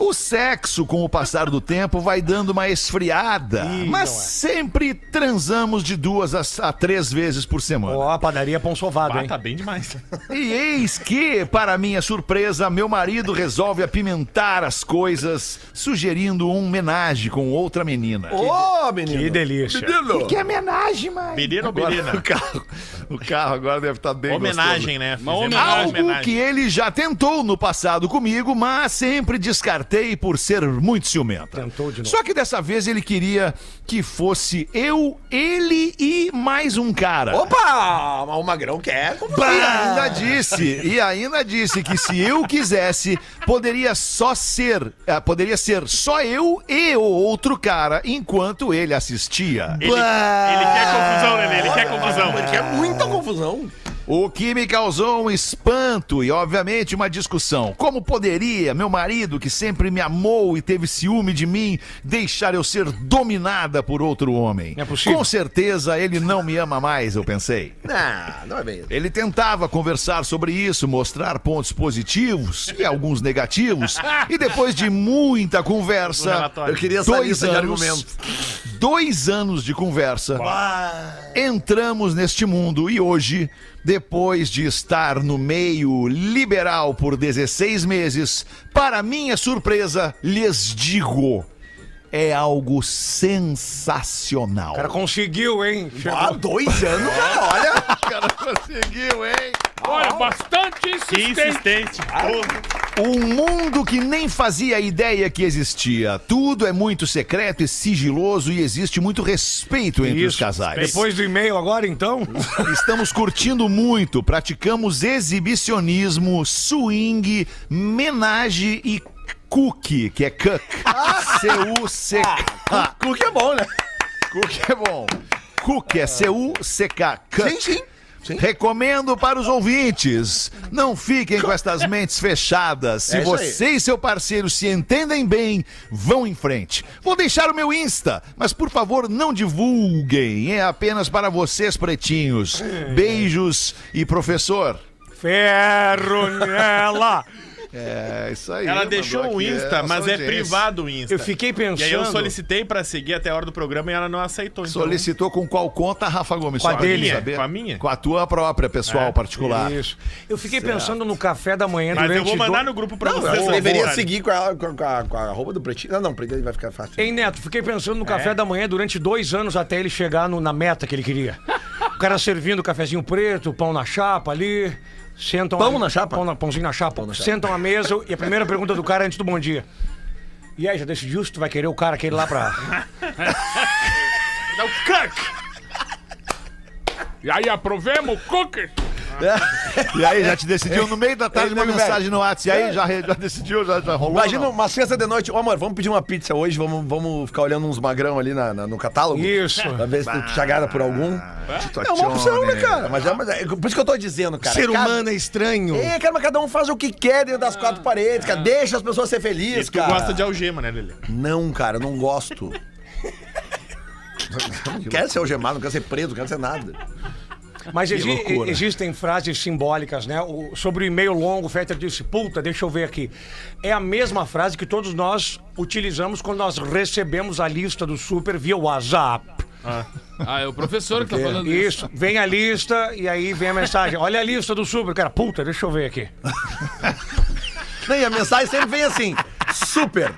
O sexo, com o passar do tempo, vai dando uma esfriada, mas sempre transamos de duas a, a três vezes por semana. né? Ó, a padaria Pão Sovado, Ah, hein? tá bem demais. E eis que, para minha surpresa, meu marido resolve apimentar as coisas, sugerindo um homenagem com outra menina. Ô, menino. Que delícia. Menino. Que homenagem, mãe? Menino ou Agora, menina? o, carro, o carro agora deve estar bem Homenagem, né? Uma Fizemos homenagem. Algo que ele já tentou no passado comigo, mas sempre descartei por ser muito ciumenta. Tentou de novo. Só que dessa vez ele queria que fosse eu, ele e mais um cara. Opa! mas O magrão quer. Como E assim? ainda disse, e ainda disse que se eu quisesse, poderia só ser, eh, poderia ser só eu e o outro cara enquanto ele assistia. Ele, ele é- quer confusão, Lelê, ele quer confusão. Porque é muita confusão. O que me causou um espanto e, obviamente, uma discussão. Como poderia meu marido, que sempre me amou e teve ciúme de mim, deixar eu ser dominada por outro homem? Não é possível. Com certeza ele não me ama mais, eu pensei. Não, não é bem isso. Ele tentava conversar sobre isso, mostrar pontos positivos e alguns negativos. E depois de muita Do conversa, relatório. Eu queria essa dois lista de anos, argumentos. dois anos de conversa, entramos neste mundo e hoje, depois de estar no meio liberal por 16 meses, para minha surpresa, lhes digo, é algo sensacional. É. O cara conseguiu, hein? Há Ah, dois anos, cara, olha. conseguiu, hein? Olha, bastante Que insistente. insistente. Ah, Pô, Um mundo que nem fazia ideia que existia. Tudo é muito secreto e sigiloso e existe muito respeito entre os casais. Depois do e-mail agora, então? Estamos curtindo muito, praticamos exibicionismo, swing, menage e cookie, que é cuck. C-U-C-K. Cu que Ah, é bom, né? Cook é bom. Cook é C-U-C-K. Cuck. Sim, sim. Recomendo para os ouvintes, não fiquem com estas mentes fechadas. Se É isso aí. você e seu parceiro se entendem bem, vão em frente. Vou deixar o meu Insta, mas por favor não divulguem. É apenas para vocês, pretinhos. Beijos e professor. Ferro nela! É isso aí. Ela mandou deixou o aqui Insta, essa mas é audiência. privado o Insta. Eu fiquei pensando. E aí eu solicitei pra seguir até a hora do programa e ela não aceitou. Então. Solicitou com qual conta, Rafa Gomes? Com a Só pra dele. gente saber. Com a minha? Com a tua própria, pessoal, particular. Isso. Eu fiquei pensando no café da manhã Mas durante eu vou mandar do- no grupo pra Não, vocês. você por deveria favor. seguir com a, com, a, com, a, com a arroba do pretinho. Não, não, pretinho vai ficar fácil. Ei, Neto, fiquei pensando É? no café da manhã durante dois anos até ele chegar no- na meta que ele queria. O cara servindo o cafezinho preto, pão na chapa ali. Sentam Pão a- na chapa? Pão na- pãozinho na chapa. na chapa. Sentam à mesa e a primeira pergunta do cara é antes do bom dia. E aí, já decidiu se tu vai querer o cara aquele lá pra. É o cook! E aí, aprovemos o cook? E aí, já te decidiu no meio da tarde Ele uma nego mensagem no WhatsApp. E aí, já, re- já decidiu, já, já rolou. Imagina um não? uma sexta de noite, ô amor, vamos pedir uma pizza hoje, vamos, vamos ficar olhando uns magrão ali na, na- Ah, no catálogo. Isso. Pra ver se tu chagada por algum. É uma opção, né, cara? Mas é, mas é- por isso que eu tô dizendo, cara. Ser cada- humano é estranho. É, cara, mas cada um faz o que quer dentro das quatro paredes, cara. Deixa as pessoas ser E felizes, tu cara. gosta de algema, né, Lelê? Não, cara, eu não gosto. Eu não quero ser algemado, não quero ser preso, não quero ser nada. Mas exi- loucura. existem frases simbólicas, né? O- sobre o e-mail longo, o Fetter disse: puta, deixa eu ver aqui. É a mesma frase que todos nós utilizamos quando nós recebemos a lista do super via WhatsApp. Ah, é o professor que tá falando isso. Isso, vem a lista e aí vem a mensagem. Olha a lista do super, cara. Puta, deixa eu ver aqui. Não, E a mensagem sempre vem assim, super.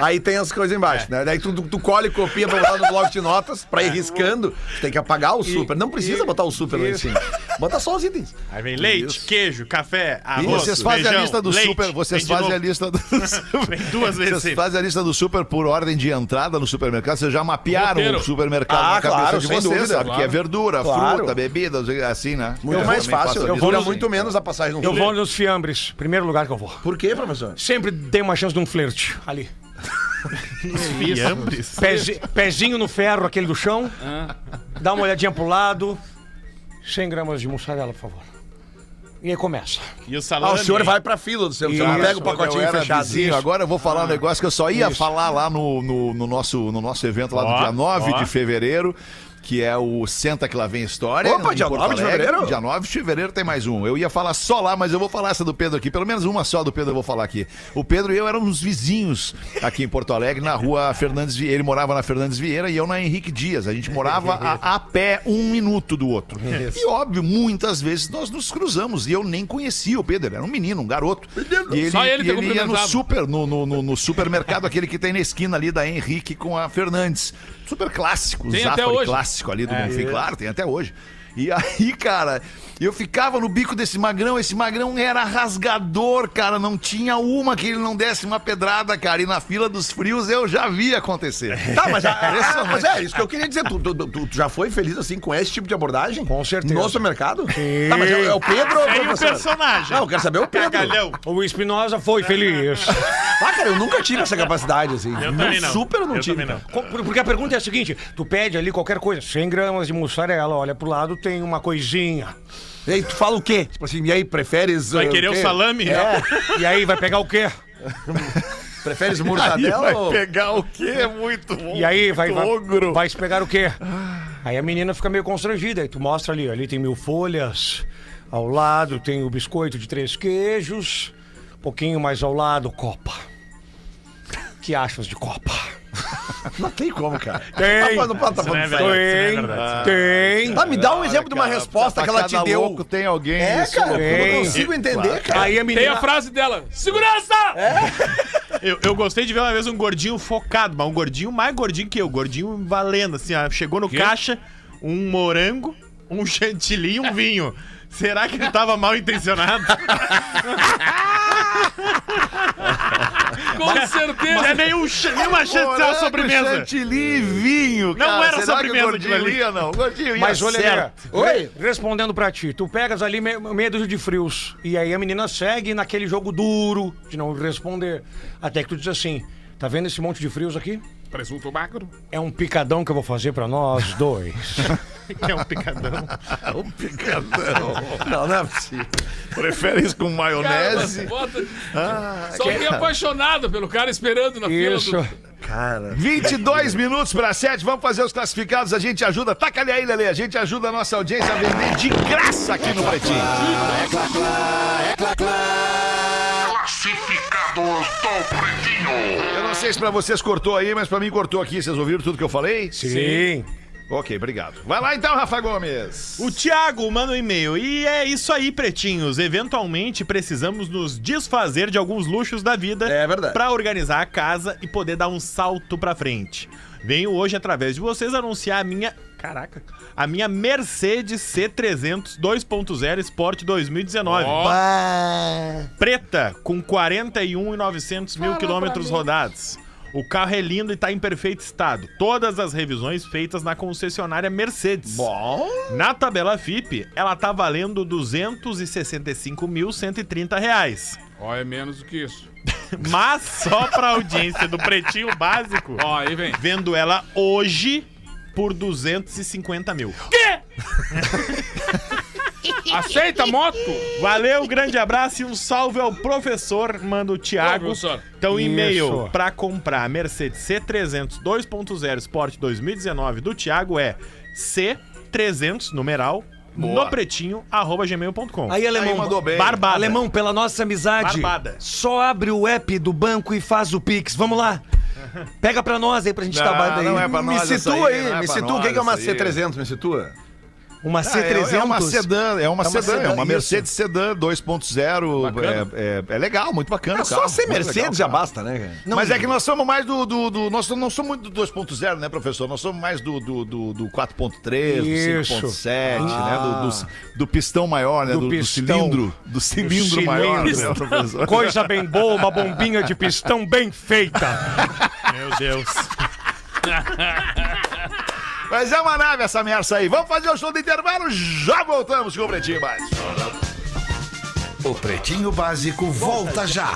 Aí tem as coisas embaixo, né? Daí tu, tu, tu cola e copia pra botar no bloco de notas, pra ir riscando. Tem que apagar o super. Não precisa botar o super lá em cima. Bota só os itens. Aí vem leite, queijo, café, arroz, Vocês fazem feijão, a lista do leite. super. Vocês Vem de fazem novo. a lista do super. Vem duas vezes Vocês sempre. fazem a lista do super por ordem de entrada no supermercado. Vocês já mapearam Roteiro. o supermercado Ah, na cabeça claro, de sem vocês, dúvida, sabe? claro. Que é verdura, Claro. fruta, bebidas, assim, né? Muito mais também fácil. faço Eu isso, vou sim. muito menos a passagem no Eu vou nos fiambres, primeiro lugar que eu vou. Por quê, professor? Sempre dei uma chance de um flerte ali. Fiambres? Pezi- pezinho no ferro, aquele do chão. Dá uma olhadinha pro lado. 100 gramas de mussarela, por favor. E aí começa. E o Ah, salame? o senhor vai pra fila do seu. Você não Isso. pega o Quando pacotinho eu era fechado. vizinho, agora eu vou falar um negócio que eu só ia falar lá no, no, no nosso, no nosso evento lá do Ó, dia 9 ó. de fevereiro. Que é o Senta Que Lá Vem História. Opa, em dia Porto 9 de Alegre. fevereiro? Dia 9 de fevereiro tem mais um. Eu ia falar só lá, mas eu vou falar essa do Pedro aqui. Pelo menos uma só do Pedro eu vou falar aqui. O Pedro e eu éramos vizinhos aqui em Porto Alegre, na rua Fernandes Vieira. Ele morava na Fernandes Vieira e eu na Henrique Dias. A gente morava a, a pé um minuto do outro. E óbvio, muitas vezes nós nos cruzamos e eu nem conhecia o Pedro. Ele era um menino, um garoto. E ele, Só ele e ele te ia no cumprimentava. super super, no, no- no- no supermercado, aquele que tem na esquina ali da Henrique com a Fernandes. Super clássico, Tem Zafari até hoje. clássico ali do É. Bonfim, claro, tem até hoje. E aí, cara, eu ficava no bico desse magrão, esse magrão era rasgador, cara, não tinha uma que ele não desse uma pedrada, cara, e na fila dos frios eu já vi acontecer. Tá, <laughs> <laughs> mas, ah, mas é isso que eu queria dizer. Tu, tu- tu- tu já foi feliz assim com esse tipo de abordagem? Com certeza. No supermercado? Tá, mas é, é o Pedro ou é o Aí o professor? personagem. Não, eu quero saber o Pedro. Cagalhão. O Espinosa foi feliz. Ah, cara, eu nunca tive essa capacidade, assim. Eu No também não. Super eu não eu tive. também não. Co- por- Porque a pergunta é a seguinte: tu pede ali qualquer coisa, 100 gramas de mussarela, olha pro lado, tem uma coisinha. E aí, tu fala o quê? Tipo assim, e aí, preferes. Vai eh, querer o quê? salame? <laughs> É. E aí vai pegar o quê? Preferes mortadela ou. pegar o quê? É muito bom. E aí vai, vai, vai se pegar o quê? Aí a menina fica meio constrangida, aí tu mostra ali, ó, ali tem mil folhas, ao lado tem o biscoito de três queijos, um pouquinho mais ao lado, copa. Que achas de copa? Não tem como, cara. Tem. Tá, não, tá, tá, Isso não é tá, verdade, isso Tem, não é verdade. tem. me dá um exemplo de uma Cara, resposta pra que ela te cada deu. louco tem alguém. é, isso, cara, eu Tem. não consigo entender, cara. Aí É, Tem a a menina. frase dela. Segurança! Eu, eu gostei de ver uma vez um gordinho focado, mas um gordinho mais gordinho que eu, gordinho valendo, assim, ó, chegou no caixa, um morango, um chantilly e um vinho. Será que ele tava mal intencionado? Com Não certeza. é nenhum, ch- nenhuma chance de ser uma Morango, sobremesa. Chantilly e vinho, Não cara. era Será que o sobremesa Gordinho aquilo ali. ia, não. O Gordinho ia Mas olha, certo. Lelê, re- respondendo pra ti, tu pegas ali me- meia dúzia de frios e aí a menina segue naquele jogo duro de não responder. Até que tu diz assim: tá vendo esse monte de frios aqui? Presunto magro. É um picadão que eu vou fazer pra nós dois. Que é um picadão. Não, não é possível. Prefere isso com maionese? bota... Só fiquei apaixonado pelo cara esperando na Isso. fila. Do... Cara. 22 minutos para 7, vamos fazer os classificados, a gente ajuda. Taca ali aí, Lele, a gente ajuda a nossa audiência a vender de graça aqui no Pretinho. Eu não sei se para vocês cortou aí, mas para mim cortou aqui. Vocês ouviram tudo que eu falei? Sim. Ok, obrigado. Vai lá então, Rafa Gomes. O Thiago manda um e-mail. E é isso aí, pretinhos. Eventualmente precisamos nos desfazer de alguns luxos da vida. É verdade. Pra organizar a casa e poder dar um salto pra frente. Venho hoje, através de vocês, anunciar a minha. Caraca! A minha Mercedes C300 2.0 Sport 2019. Preta, com 41,900 mil quilômetros rodados. O carro é lindo e está em perfeito estado. Todas as revisões feitas na concessionária Mercedes. Bom. Na tabela FIP, ela tá valendo R$ 265.130. reais. Ó, é menos do que isso. Mas só pra audiência do Pretinho Básico, Ó, aí vem. vendo ela hoje por 250 mil. Aceita a moto? Valeu, grande abraço e um salve ao professor, manda o Oi, Thiago. professor. então, e-mail Isso. para comprar a Mercedes C300 2.0 Sport 2019 do Thiago é C300, numeral, no pretinho, arroba gmail.com. Aí, é alemão. mandou bem. Barbada. Alemão, pela nossa amizade, Barbada. só abre o app do banco e faz o Pix. Vamos lá. Pega pra nós aí pra gente tabar aí. não é pra Me nós essa situa aí, não é me pra situa. nós O que é uma essa aí. C300? Me situa? Uma Ah, é- C300. É uma sedã, é uma, sedã, é sedã, uma isso. Mercedes sedã 2.0. É, é, é legal, muito bacana. É o só carro, ser muito legal, Mercedes já cara. basta, né, cara? Mas é que nós somos mais do. do, do nós não somos muito do 2.0, né, professor? Nós somos mais do, do, do, do 4.3, Isso. Ah. do 5.7, né? Do, do, do pistão maior, né? Do Do, do pistão. cilindro. Do cilindro, cilindro. maior, né, <laughs> professor? Coisa bem boa, uma bombinha de pistão bem feita. Meu Deus. Mas é uma nave essa merda aí. Vamos fazer o show do intervalo, já voltamos com o Pretinho Básico. O Pretinho Básico volta já.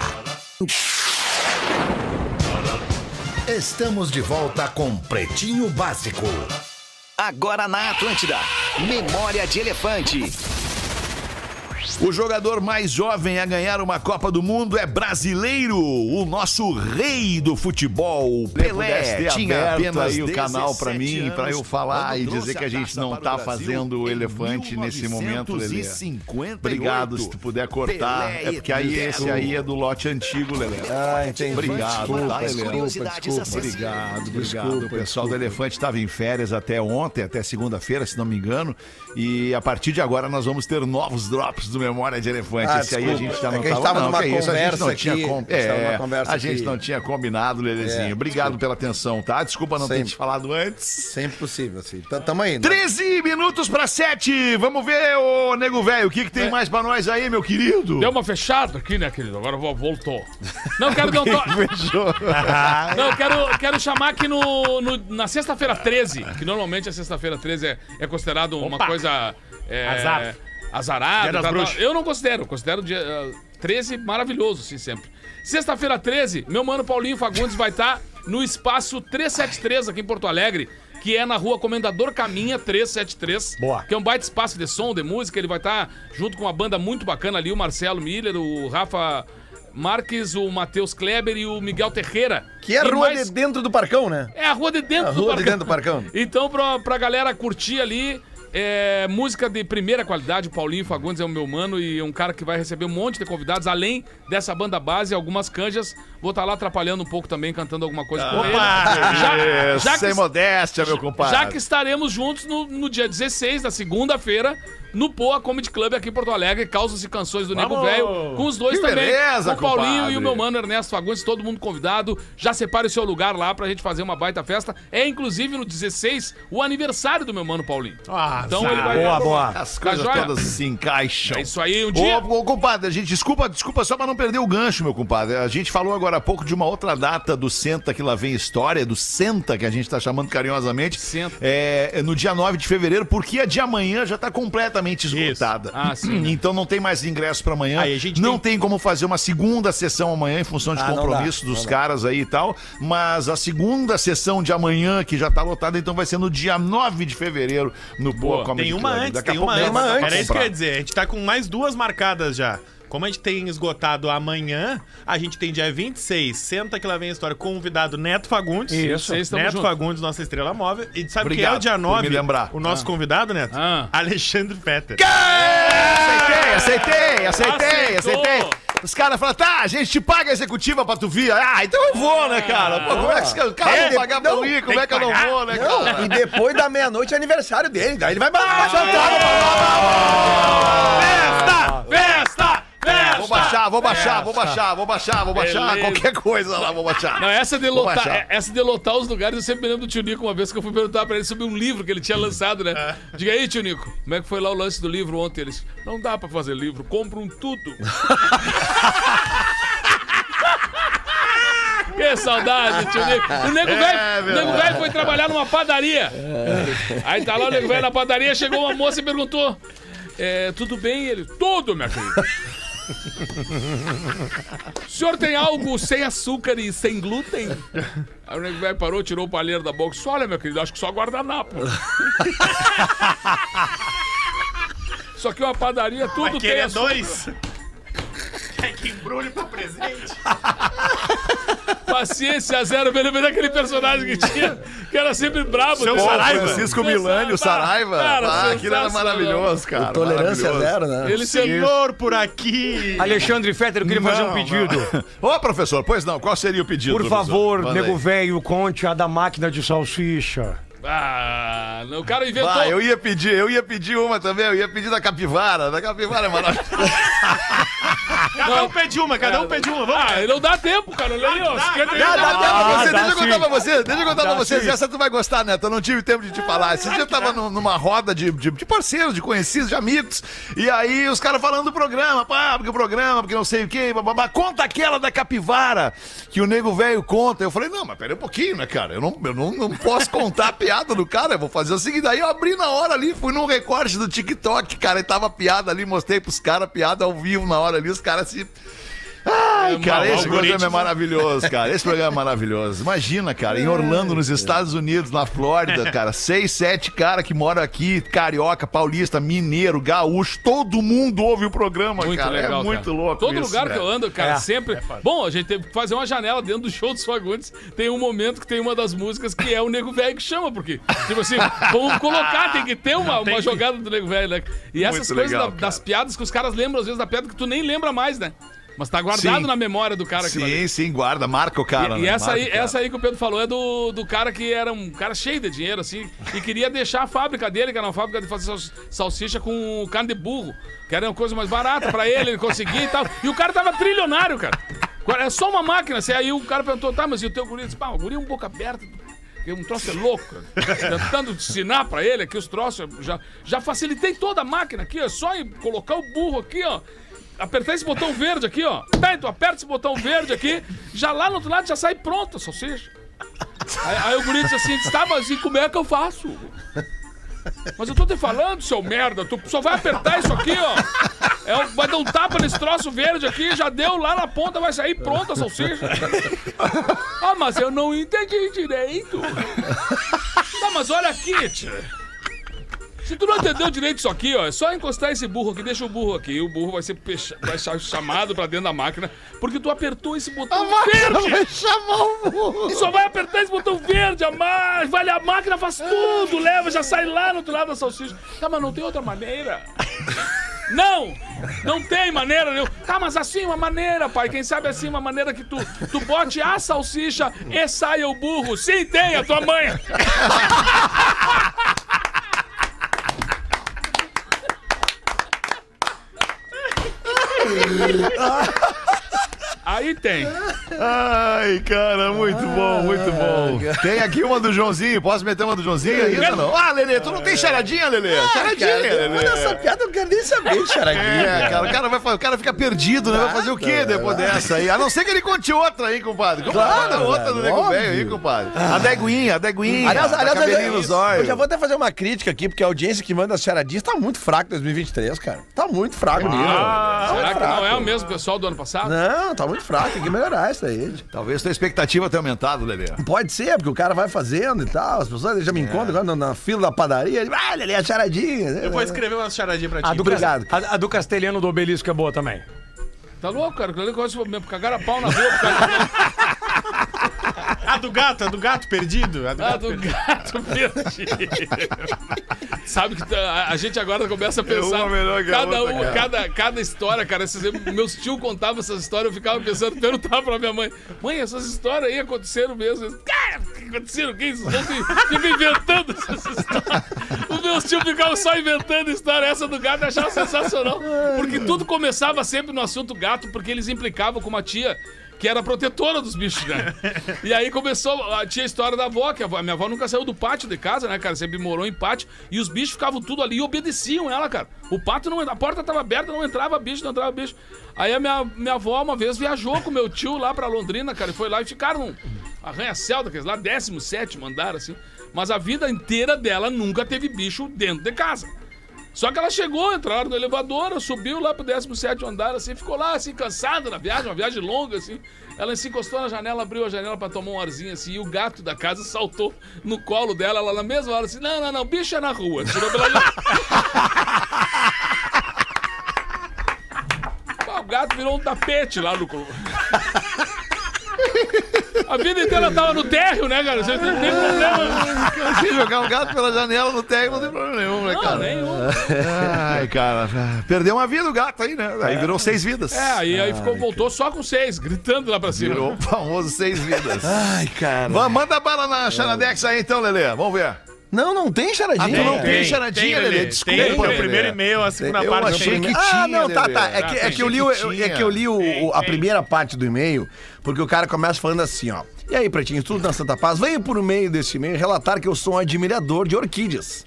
Estamos de volta com Pretinho Básico. Agora na Atlântida. Memória de Elefante. O jogador mais jovem a ganhar uma Copa do Mundo é brasileiro, o nosso rei do futebol, Pelé. Tinha apenas aí o canal pra mim, pra eu falar e dizer que a gente não tá fazendo o elefante nesse momento, Lelê. Obrigado, se tu puder cortar. Pelé é porque aí eterno. esse aí é do lote antigo, Lelê. Ah, entendi. Obrigado, tá, Lelê? Curiosidades acessíveis. Obrigado, obrigado. o pessoal do Elefante estava em férias até ontem, até segunda-feira, se não me engano. E a partir de agora nós vamos ter novos drops do Memória de Elefante. Ah, Esse aí a desculpa. gente já não É que a gente tava- tava não, numa que é isso, a gente conversa não tinha aqui, com- a gente tava É, numa conversa a gente aqui. não tinha combinado, Lelezinho. É, obrigado pela atenção, tá? Desculpa não ter Sempre. te falado antes. Sempre possível, assim. Tá- Tamo aí, né? 13 minutos para 7. Vamos ver, ô nego velho, o que, que É. tem mais para nós aí, meu querido? Deu uma fechada aqui, né, querido? Agora vo- voltou. Não, quero dar um toque. <laughs> <laughs> Fechou. Ah. Não, quero, quero chamar aqui no, no- na sexta-feira 13, que normalmente a sexta-feira 13 é, é considerado uma Opa. coisa. É, Azar. Azarada. Dia das tal, tal. bruxas. Eu não considero, considero dia, eh, 13 maravilhoso, assim, sempre. Sexta-feira 13, meu mano Paulinho Fagundes vai estar no espaço 373 aqui em Porto Alegre. Que é na rua Comendador Caminha 373. Boa. Que é um baita espaço de som, de música. Ele vai estar junto com uma banda muito bacana ali, o Marcelo Miller, o Rafa Marques, o Matheus Kleber e o Miguel Terreira. Que é a E rua mais- de dentro do parcão, né? É a rua de dentro A do rua parcão. de dentro do <laughs> parcão. Então, pra, pra galera curtir ali, é, música de primeira qualidade. O Paulinho Fagundes é o meu mano e é um cara que vai receber um monte de convidados. Além dessa banda base, algumas canjas. Vou estar lá atrapalhando um pouco também, cantando alguma coisa com ele. Já, já É, Sem que, modéstia, meu compadre. já que estaremos juntos no, no dia 16, da segunda-feira, no Poa Comedy Club aqui em Porto Alegre, causas e canções do Nego Vamos! Velho, com os dois Que também. beleza, com o Paulinho compadre. e o meu mano Ernesto Fagundes, todo mundo convidado. Já separe o seu lugar lá pra gente fazer uma baita festa. É inclusive no 16 o aniversário do meu mano Paulinho. Ah, então ele vai. Boa, boa. As coisas Tá joia? todas se encaixam. É isso aí, um dia. Ô, ô, compadre, a gente, desculpa, desculpa, só pra não perder o gancho, meu compadre. A gente falou agora há pouco de uma outra data do Senta que lá vem história, do Senta, que a gente tá chamando carinhosamente. Senta. É, é no dia 9 de fevereiro, porque a de amanhã já tá completa, completamente esgotada. Ah, sim. <clears throat> Então não tem mais ingresso pra amanhã. Aí a gente não tem... como fazer uma segunda sessão amanhã em função de Ah, não compromisso dá, dos não dá. caras aí e tal. Mas a segunda sessão de amanhã, que já tá lotada, então vai ser no dia 9 de fevereiro no Boa Boa. Comedy Tem uma Club. antes, Daqui a tem pouco uma dá antes. pra Era isso que eu comprar. ia dizer. A gente tá com mais duas marcadas já. Como a gente tem esgotado amanhã, a gente tem dia 26, senta que lá vem a história, convidado Neto Fagundes. Isso. Vocês tamo Neto junto. Fagundes, nossa estrela móvel. E sabe quem é Obrigado o dia por 9? me lembrar. O nosso convidado, Neto? Ah. Alexandre Petter. Aceitei, aceitei, aceitei, Aceitou. aceitei. Os caras falam, tá, a gente te paga a executiva pra tu vir. Ah, então eu vou, né, cara? Pô, como é que os caras É, vão pagar pra eu ir? Como tem é que eu que não pagar. vou, né, Não, cara? e depois da meia-noite é aniversário dele. Daí ele vai baixar Ah, Festa! Festa! Vou Festa! baixar, vou baixar, vou baixar, vou baixar, vou baixar, Beleza. qualquer coisa lá, vou baixar. Não, essa de, Vou lotar, baixar. é- essa de lotar os lugares, eu sempre me lembro do Tio Nico uma vez que eu fui perguntar pra ele sobre um livro que ele tinha lançado, né? Diga aí, Tio Nico, como é que foi lá o lance do livro ontem? Eles, não dá pra fazer livro, compra um tudo. Que saudade, tio Nico. O nego velho o nego velho foi trabalhar numa padaria. Aí tá lá o nego velho na padaria, chegou uma moça e perguntou: "É, Tudo bem? Ele, tudo, minha querida. O senhor tem algo sem açúcar e sem glúten? Aí o nego velho parou, tirou o palheiro da boca e disse: Olha, meu querido, acho que só guardanapo. Só que uma padaria, tudo tem Querer açúcar. é dois? Quer que embrulhe pra presente? Paciência zero, pelo menos aquele personagem que tinha, que era sempre brabo. Seu né? Saraiva. Francisco Milani, o Saraiva. Cara, Ah, aquilo era sensacional. maravilhoso, cara. Tolerância maravilhoso. zero, né? Ele sentou. Senhor, por aqui! Alexandre Fetter, eu queria fazer um Não, pedido. não. <laughs> Ô, professor, pois não, qual seria o pedido? Por professor? favor, Manda nego aí. velho, conte a da máquina de salsicha. Ah, não, o cara inventou. Ah, eu ia pedir, eu ia pedir uma também, eu ia pedir da capivara. Da capivara é maravilhosa. então- Cada um pede uma, cada um pede uma. Vamos! Ah, ele não dá tempo, cara. Olha aí, ó. 50 Dá, dá tempo pra você, dá deixa eu contar sim. pra você, deixa eu contar pra vocês. sim. Essa tu vai gostar, Neto. Eu não tive tempo de te falar. Esse dia eu tava num- numa roda de, de, de parceiros, de conhecidos, de amigos. E aí os caras falando do programa, pá, porque o programa, porque não sei o quê, bababá. Conta aquela da capivara que o nego velho conta. Eu falei, não, mas pera um pouquinho, né, cara? Eu não, eu não, não posso contar a piada do cara. Eu vou fazer o seguinte. Aí eu abri na hora ali, fui num recorte do TikTok, cara, e tava a piada ali, mostrei pros caras a piada ao vivo na hora ali, os caras se. Ai, cara, esse programa é maravilhoso, cara. Esse programa é maravilhoso. Imagina, cara, em Orlando, nos Estados Unidos, na <laughs> Flórida, cara, seis, sete cara que mora aqui, carioca, paulista, mineiro, gaúcho, todo mundo ouve o programa, Muito cara. legal, é muito cara. louco. Todo isso, É lugar que eu velho. ando, cara, sempre. Bom, a gente teve que fazer uma janela dentro do show dos Fagundes. Tem um momento que tem uma das músicas que é o Nego Velho que chama, porque, tipo assim, vamos colocar, tem que ter uma, uma jogada do Nego Velho, né? E essas Muito coisas legal, da- cara. das piadas que os caras lembram, às vezes, da piada que tu nem lembra mais, né? Mas tá guardado Sim. na memória do cara aquilo ali. Sim, sim, guarda, marca o cara. E, e né? essa, Marca aí, o cara. essa aí que o Pedro falou é do, do cara que era um cara cheio de dinheiro, assim, e queria deixar a fábrica dele, que era uma fábrica de fazer sals- salsicha com carne de burro, que era uma coisa mais barata pra ele, ele conseguia e tal. E o cara tava trilionário, cara. É só uma máquina. Assim, aí o cara perguntou, tá, mas e o teu guri? Eu Disse, pá, o guri é um boca aberta. porque Um troço é louco. cara." Tentando ensinar pra ele aqui os troços. eu Já, já facilitei toda a máquina aqui, ó. Só em colocar o burro aqui, ó. Apertar esse botão verde aqui, ó. Tá, então aperta esse botão verde aqui. Já lá no outro lado já sai pronta a salsicha. Aí, aí o guri disse assim, disse, tá, mas e como é que eu faço? Mas eu tô te falando, seu merda, tu só vai apertar isso aqui, ó. É um- vai dar um tapa nesse troço verde aqui, já deu lá na ponta, vai sair pronta a salsicha. Ah, mas eu não entendi direito. Tá, mas olha aqui, tia. Se tu não entendeu direito isso aqui, ó, é só encostar esse burro aqui, deixa o burro aqui. O burro vai ser, pecha- vai ser chamado pra dentro da máquina, porque tu apertou esse botão verde. Vai chamar o burro. Só vai apertar esse botão verde, a mais, vale a máquina, faz tudo, leva, já sai lá no outro lado da salsicha. Tá, mas não tem outra maneira. Não! Não tem maneira nenhuma. Tá, mas assim uma maneira, pai. Quem sabe assim uma maneira que tu, tu bote a salsicha e saia o burro. Sim, tem, a tua mãe. Aí tem. Ai, cara, muito Ah, bom, muito bom. Tem aqui uma do Joãozinho. Posso É. meter uma do Joãozinho ainda? Não? Ah, Lelê, tu não tem charadinha, Lelê? charadinha, Cara, Lelê. depois dessa piada eu não quero nem bem charadinha. É, cara, o cara, vai, fa- o cara fica perdido, né? Vai fazer o quê depois dessa aí? A não ser que ele conte outra aí, compadre. Conta outra do nego óbvio. velho aí, compadre. A deguinha, Ah. a deguinha. Aliás, tá aliás eu, cabelinho já- nos olhos. eu já vou até fazer uma crítica aqui, porque a audiência que manda as charadinhas tá muito fraca em 2023, cara. Tá muito fraco mesmo. Ah, Tá muito Será que não é fraco. o mesmo pessoal do ano passado? Não, tá muito fraco, tem que melhorar isso aí. Talvez tua expectativa tenha aumentado, Lelê. Pode ser, porque o cara vai fazendo e tal, as pessoas eles já me encontram agora na, na fila da padaria, ele, ah, ele é a charadinha. Eu vou escrever umas charadinhas pra ti. A do, Obrigado. Cas- a- a do Castelhano do Obelisco é boa também. Tá louco, cara? Aquilo ali gosta mesmo. Cagaram a pau na boca. cara. A do gato, a do gato perdido. A do Ah, gato do perdido. gato perdido. Sabe que tá- a, a gente agora começa a pensar. É uma melhor que a cada outra, um, cara. cada, cada história, cara. Esses, meus tios contavam essas histórias, eu ficava pensando, <laughs> perguntava pra minha mãe: Mãe, essas histórias aí aconteceram mesmo. Eu, Cara, o que aconteceram? Que isso? Ficam inventando essas histórias. Os meus tios ficavam só inventando história. Essa do gato eu achava sensacional. Porque tudo começava sempre no assunto gato, porque eles implicavam com uma tia. Que era protetora dos bichos, né? E aí começou. a- Tinha a história da avó, que a, avó- a minha avó nunca saiu do pátio de casa, né, cara? Sempre morou em pátio. E os bichos ficavam tudo ali e obedeciam ela, cara. O pato não entra- A porta tava aberta, não entrava bicho, não entrava bicho. Aí a minha, minha avó uma vez viajou com meu tio lá pra Londrina, cara, e foi lá e ficaram. Arranha-céu daqueles lá, 17 andar, assim. Mas a vida inteira dela nunca teve bicho dentro de casa. Só que ela chegou, entraram no elevador, subiu lá pro 17 andar, assim, ficou lá, assim, cansada na viagem, uma viagem longa, assim. Ela se encostou na janela, abriu a janela pra tomar um arzinho, assim, e o gato da casa saltou no colo dela, ela na mesma hora, assim, não, não, não, bicho é na rua. Tirou pela janela. <laughs> Pá, O gato virou um tapete lá no colo. <laughs> A vida inteira tava no térreo, né, cara? Vocês não tem <laughs> problema. Se jogar um gato pela janela no técnico, não tem problema nenhum, né, Não, cara? nenhum. Ai, cara. Perdeu uma vida o gato aí, né? Aí virou seis vidas. É, aí, aí ficou, voltou só com seis, gritando lá pra cima. Virou o famoso seis vidas. Ai, cara. manda bala na Xanadex aí então, Lelê. Vamos ver. Não, não tem Ah, tu charadinha. não É. cara. tem charadinha, Lelê. Lelê? Tem, Desculpa, tem, Lelê. o primeiro e-mail, a segunda Eu parte achei tem. que Ah, não, tinha, tá, né, tá. velho? É que, Ah, é que eu li, o, eu- tinha. é que eu li o- o- a primeira parte do e-mail, porque o cara começa falando assim, ó. E aí, pretinhos, tudo na Santa Paz? Venho por meio deste e-mail relatar que eu sou um admirador de orquídeas.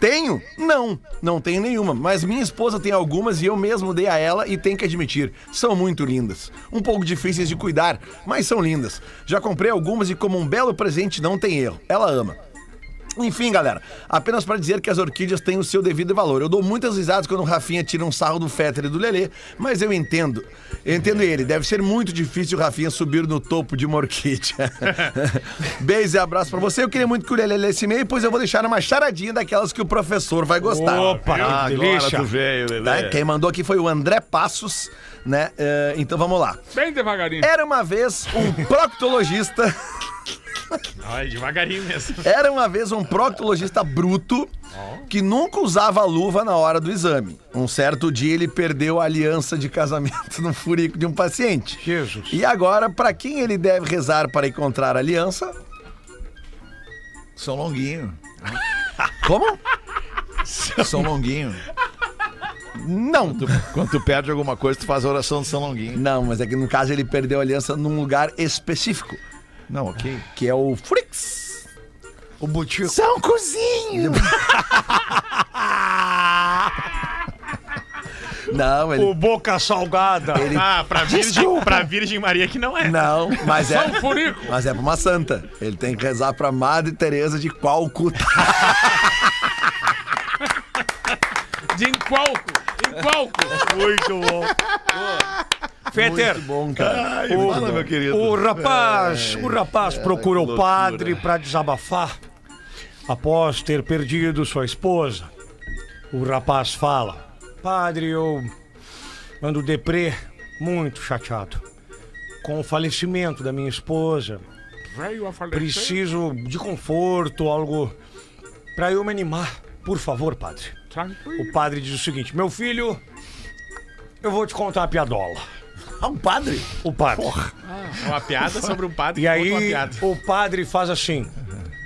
Tenho? Não, não tenho nenhuma, mas minha esposa tem algumas e eu mesmo dei a ela e tenho que admitir, são muito lindas. Um pouco difíceis de cuidar, mas são lindas. Já comprei algumas e como um belo presente não tem erro. Ela ama. Enfim, galera, apenas para dizer que as orquídeas têm o seu devido valor. Eu dou muitas risadas quando o Rafinha tira um sarro do Fetter e do Lelê, mas eu entendo. Eu entendo ele. Deve ser muito difícil o Rafinha subir no topo de uma <laughs> orquídea. Beijo e abraço para você. Eu queria muito que o Lelê lesse e-mail, pois eu vou deixar uma charadinha daquelas que o professor vai gostar. Opa, Ah, que agora delícia. tu veio, Tá? Lelê. Quem mandou aqui foi o André Passos, né? Eh, então vamos lá. Bem devagarinho. Era uma vez um proctologista. <laughs> Ai, devagarinho mesmo. Era uma vez um proctologista bruto que nunca usava luva na hora do exame. Um certo dia ele perdeu a aliança de casamento <laughs> no furico de um paciente. Jesus. E agora, pra quem ele deve rezar para encontrar a aliança? São Longuinho. Como? São Longuinho. Não. Quando tu perde alguma coisa, tu faz a oração do São Longuinho. Não, mas é que no caso ele perdeu a aliança num lugar específico, Não, ok. que é o Furix. O Butico. São <laughs> Cozinho! Não, ele. O Boca Salgada. Ah, pra Virgem, pra Virgem Maria que não é. Não, mas é. São Furico. Mas é pra uma santa. Ele tem que rezar pra Madre Teresa de tá Calcutá. De Inqualco. Inqualco. Muito bom. Fetter, Bom, cara. o, Fala, meu querido. o rapaz, o rapaz procura o padre pra desabafar após ter perdido sua esposa. O rapaz fala: Padre, eu ando deprê, muito chateado com o falecimento da minha esposa. Veio a falecer. Preciso de conforto, algo pra eu me animar. Por favor, padre. Tranquilo. O padre diz o seguinte: Meu filho, eu vou te contar a piadola. Ah, um padre? O padre. É Uma piada sobre um padre E que conta uma aí piada. o padre faz assim: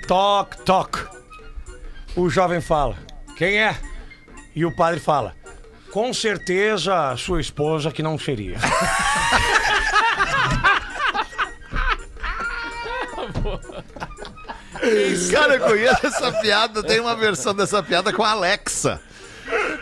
toc, toc. O jovem fala: Quem é? E o padre fala: Com certeza sua esposa que não seria. Cara, eu conheço essa piada. Tem uma versão dessa piada com a Alexa.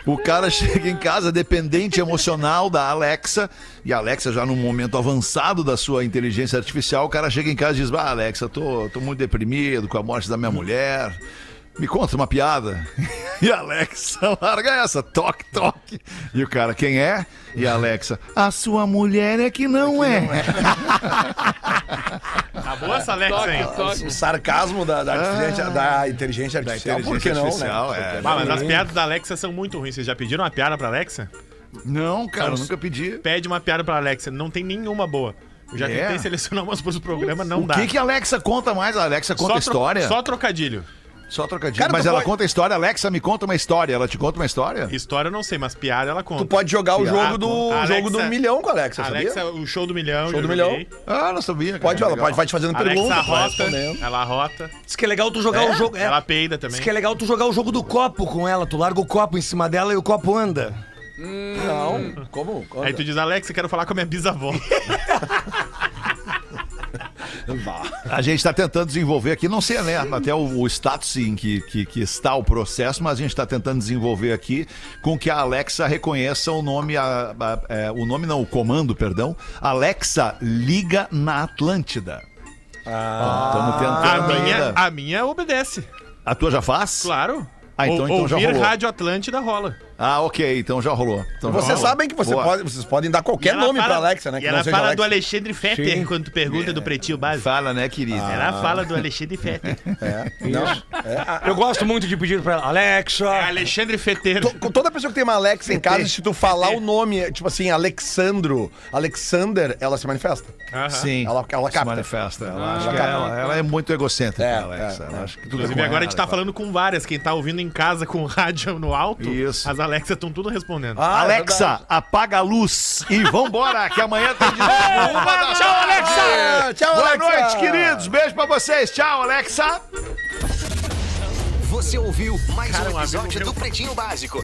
O cara chega em casa dependente emocional da Alexa, e a Alexa já num momento avançado da sua inteligência artificial, o cara chega em casa e diz: "Bah, Alexa, tô, tô muito deprimido com a morte da minha mulher. Me conta uma piada." <laughs> E a Alexa larga essa, toque, toque. E o cara, quem é? E a Alexa, a sua mulher é que não né? é. Tá boa essa Alexa aí? O <laughs> sarcasmo da, da, artificial- da inteligência artificial, por que Inteligência artificial, não, né? é. Bah, Ah, mas as piadas da Alexa são muito ruins. Vocês já pediram uma piada pra Alexa? Não, cara, eu nunca pedi. Pede uma piada pra Alexa. Não tem nenhuma boa. Eu já É? tentei selecionar umas pro programa, não O dá. que, que a Alexa conta mais? A Alexa conta tro- história? Só trocadilho. Só trocadilho. Cara, Mas tu ela pode- conta história, Alexa me conta uma história. Ela te conta uma história? História eu não sei, mas piada ela conta. Tu pode jogar o Piada, jogo do, Alexa- jogo do milhão com a Alexa, sabia? Alexa, o show do milhão. Show eu do joguei. milhão. Ah, não sabia. cara. Pode, ela Legal. pode, vai te fazendo Alexa pergunta, tu vai rota. respondendo. Ela rota. Diz que é legal tu jogar o jogo. é. Ela peida também. Diz que é legal tu jogar o jogo do copo com ela. Tu larga o copo em cima dela e o copo anda. Não, como? Como? Aí tu diz, Alexa, quero falar com a <laughs> minha bisavó. A gente está tentando desenvolver aqui, não sei né, até o, o status em que, que, que está o processo, mas a gente está tentando desenvolver aqui com que a Alexa reconheça o nome, a- a- é, o nome não, o comando, perdão. Alexa, liga na Atlântida. Ah, estamos a, tentando minha, é. ainda. a minha obedece. A tua já faz? Claro. Ah, então- Ou- então já ouvir rolou. Rádio Atlântida rola. Ah, ok, então já rolou. Então já Vocês rolou. sabem que você Boa. pode, vocês podem dar E qualquer ela É nome fala- pra Alexa, né? Que E ela não seja fala Alexa. É. do Alexandre Fetter quando pergunta do Pretinho Básico. Fala, né, querido? Ah. Ela fala do Alexandre Fetter. <laughs> É, Eu gosto muito de pedir pra ela, É Alexa, Alexandre Fetter. To- com toda pessoa que tem uma Alexa em casa, se tu falar o nome, tipo assim, Alexandro, Alexander, ela se manifesta. Sim. Ela- ela capta. Se manifesta. Ela, acha que ela, ela é muito egocêntrica, É, Alexa. é, Ela acha que tudo é Inclusive, com agora a ela gente e tá tal. falando com várias. Quem tá ouvindo em casa com <laughs> o rádio no alto, Isso. as Alexas estão tudo respondendo. Ah, é Alexa, apaga a luz e vambora, que amanhã tem de novo. <laughs> Uma da Tchau, Alexa! Ah, Tchau, Boa Alexa! noite, queridos. Beijo pra vocês. Tchau, Alexa. Você ouviu mais um um amigo episódio meu- do Pretinho Básico.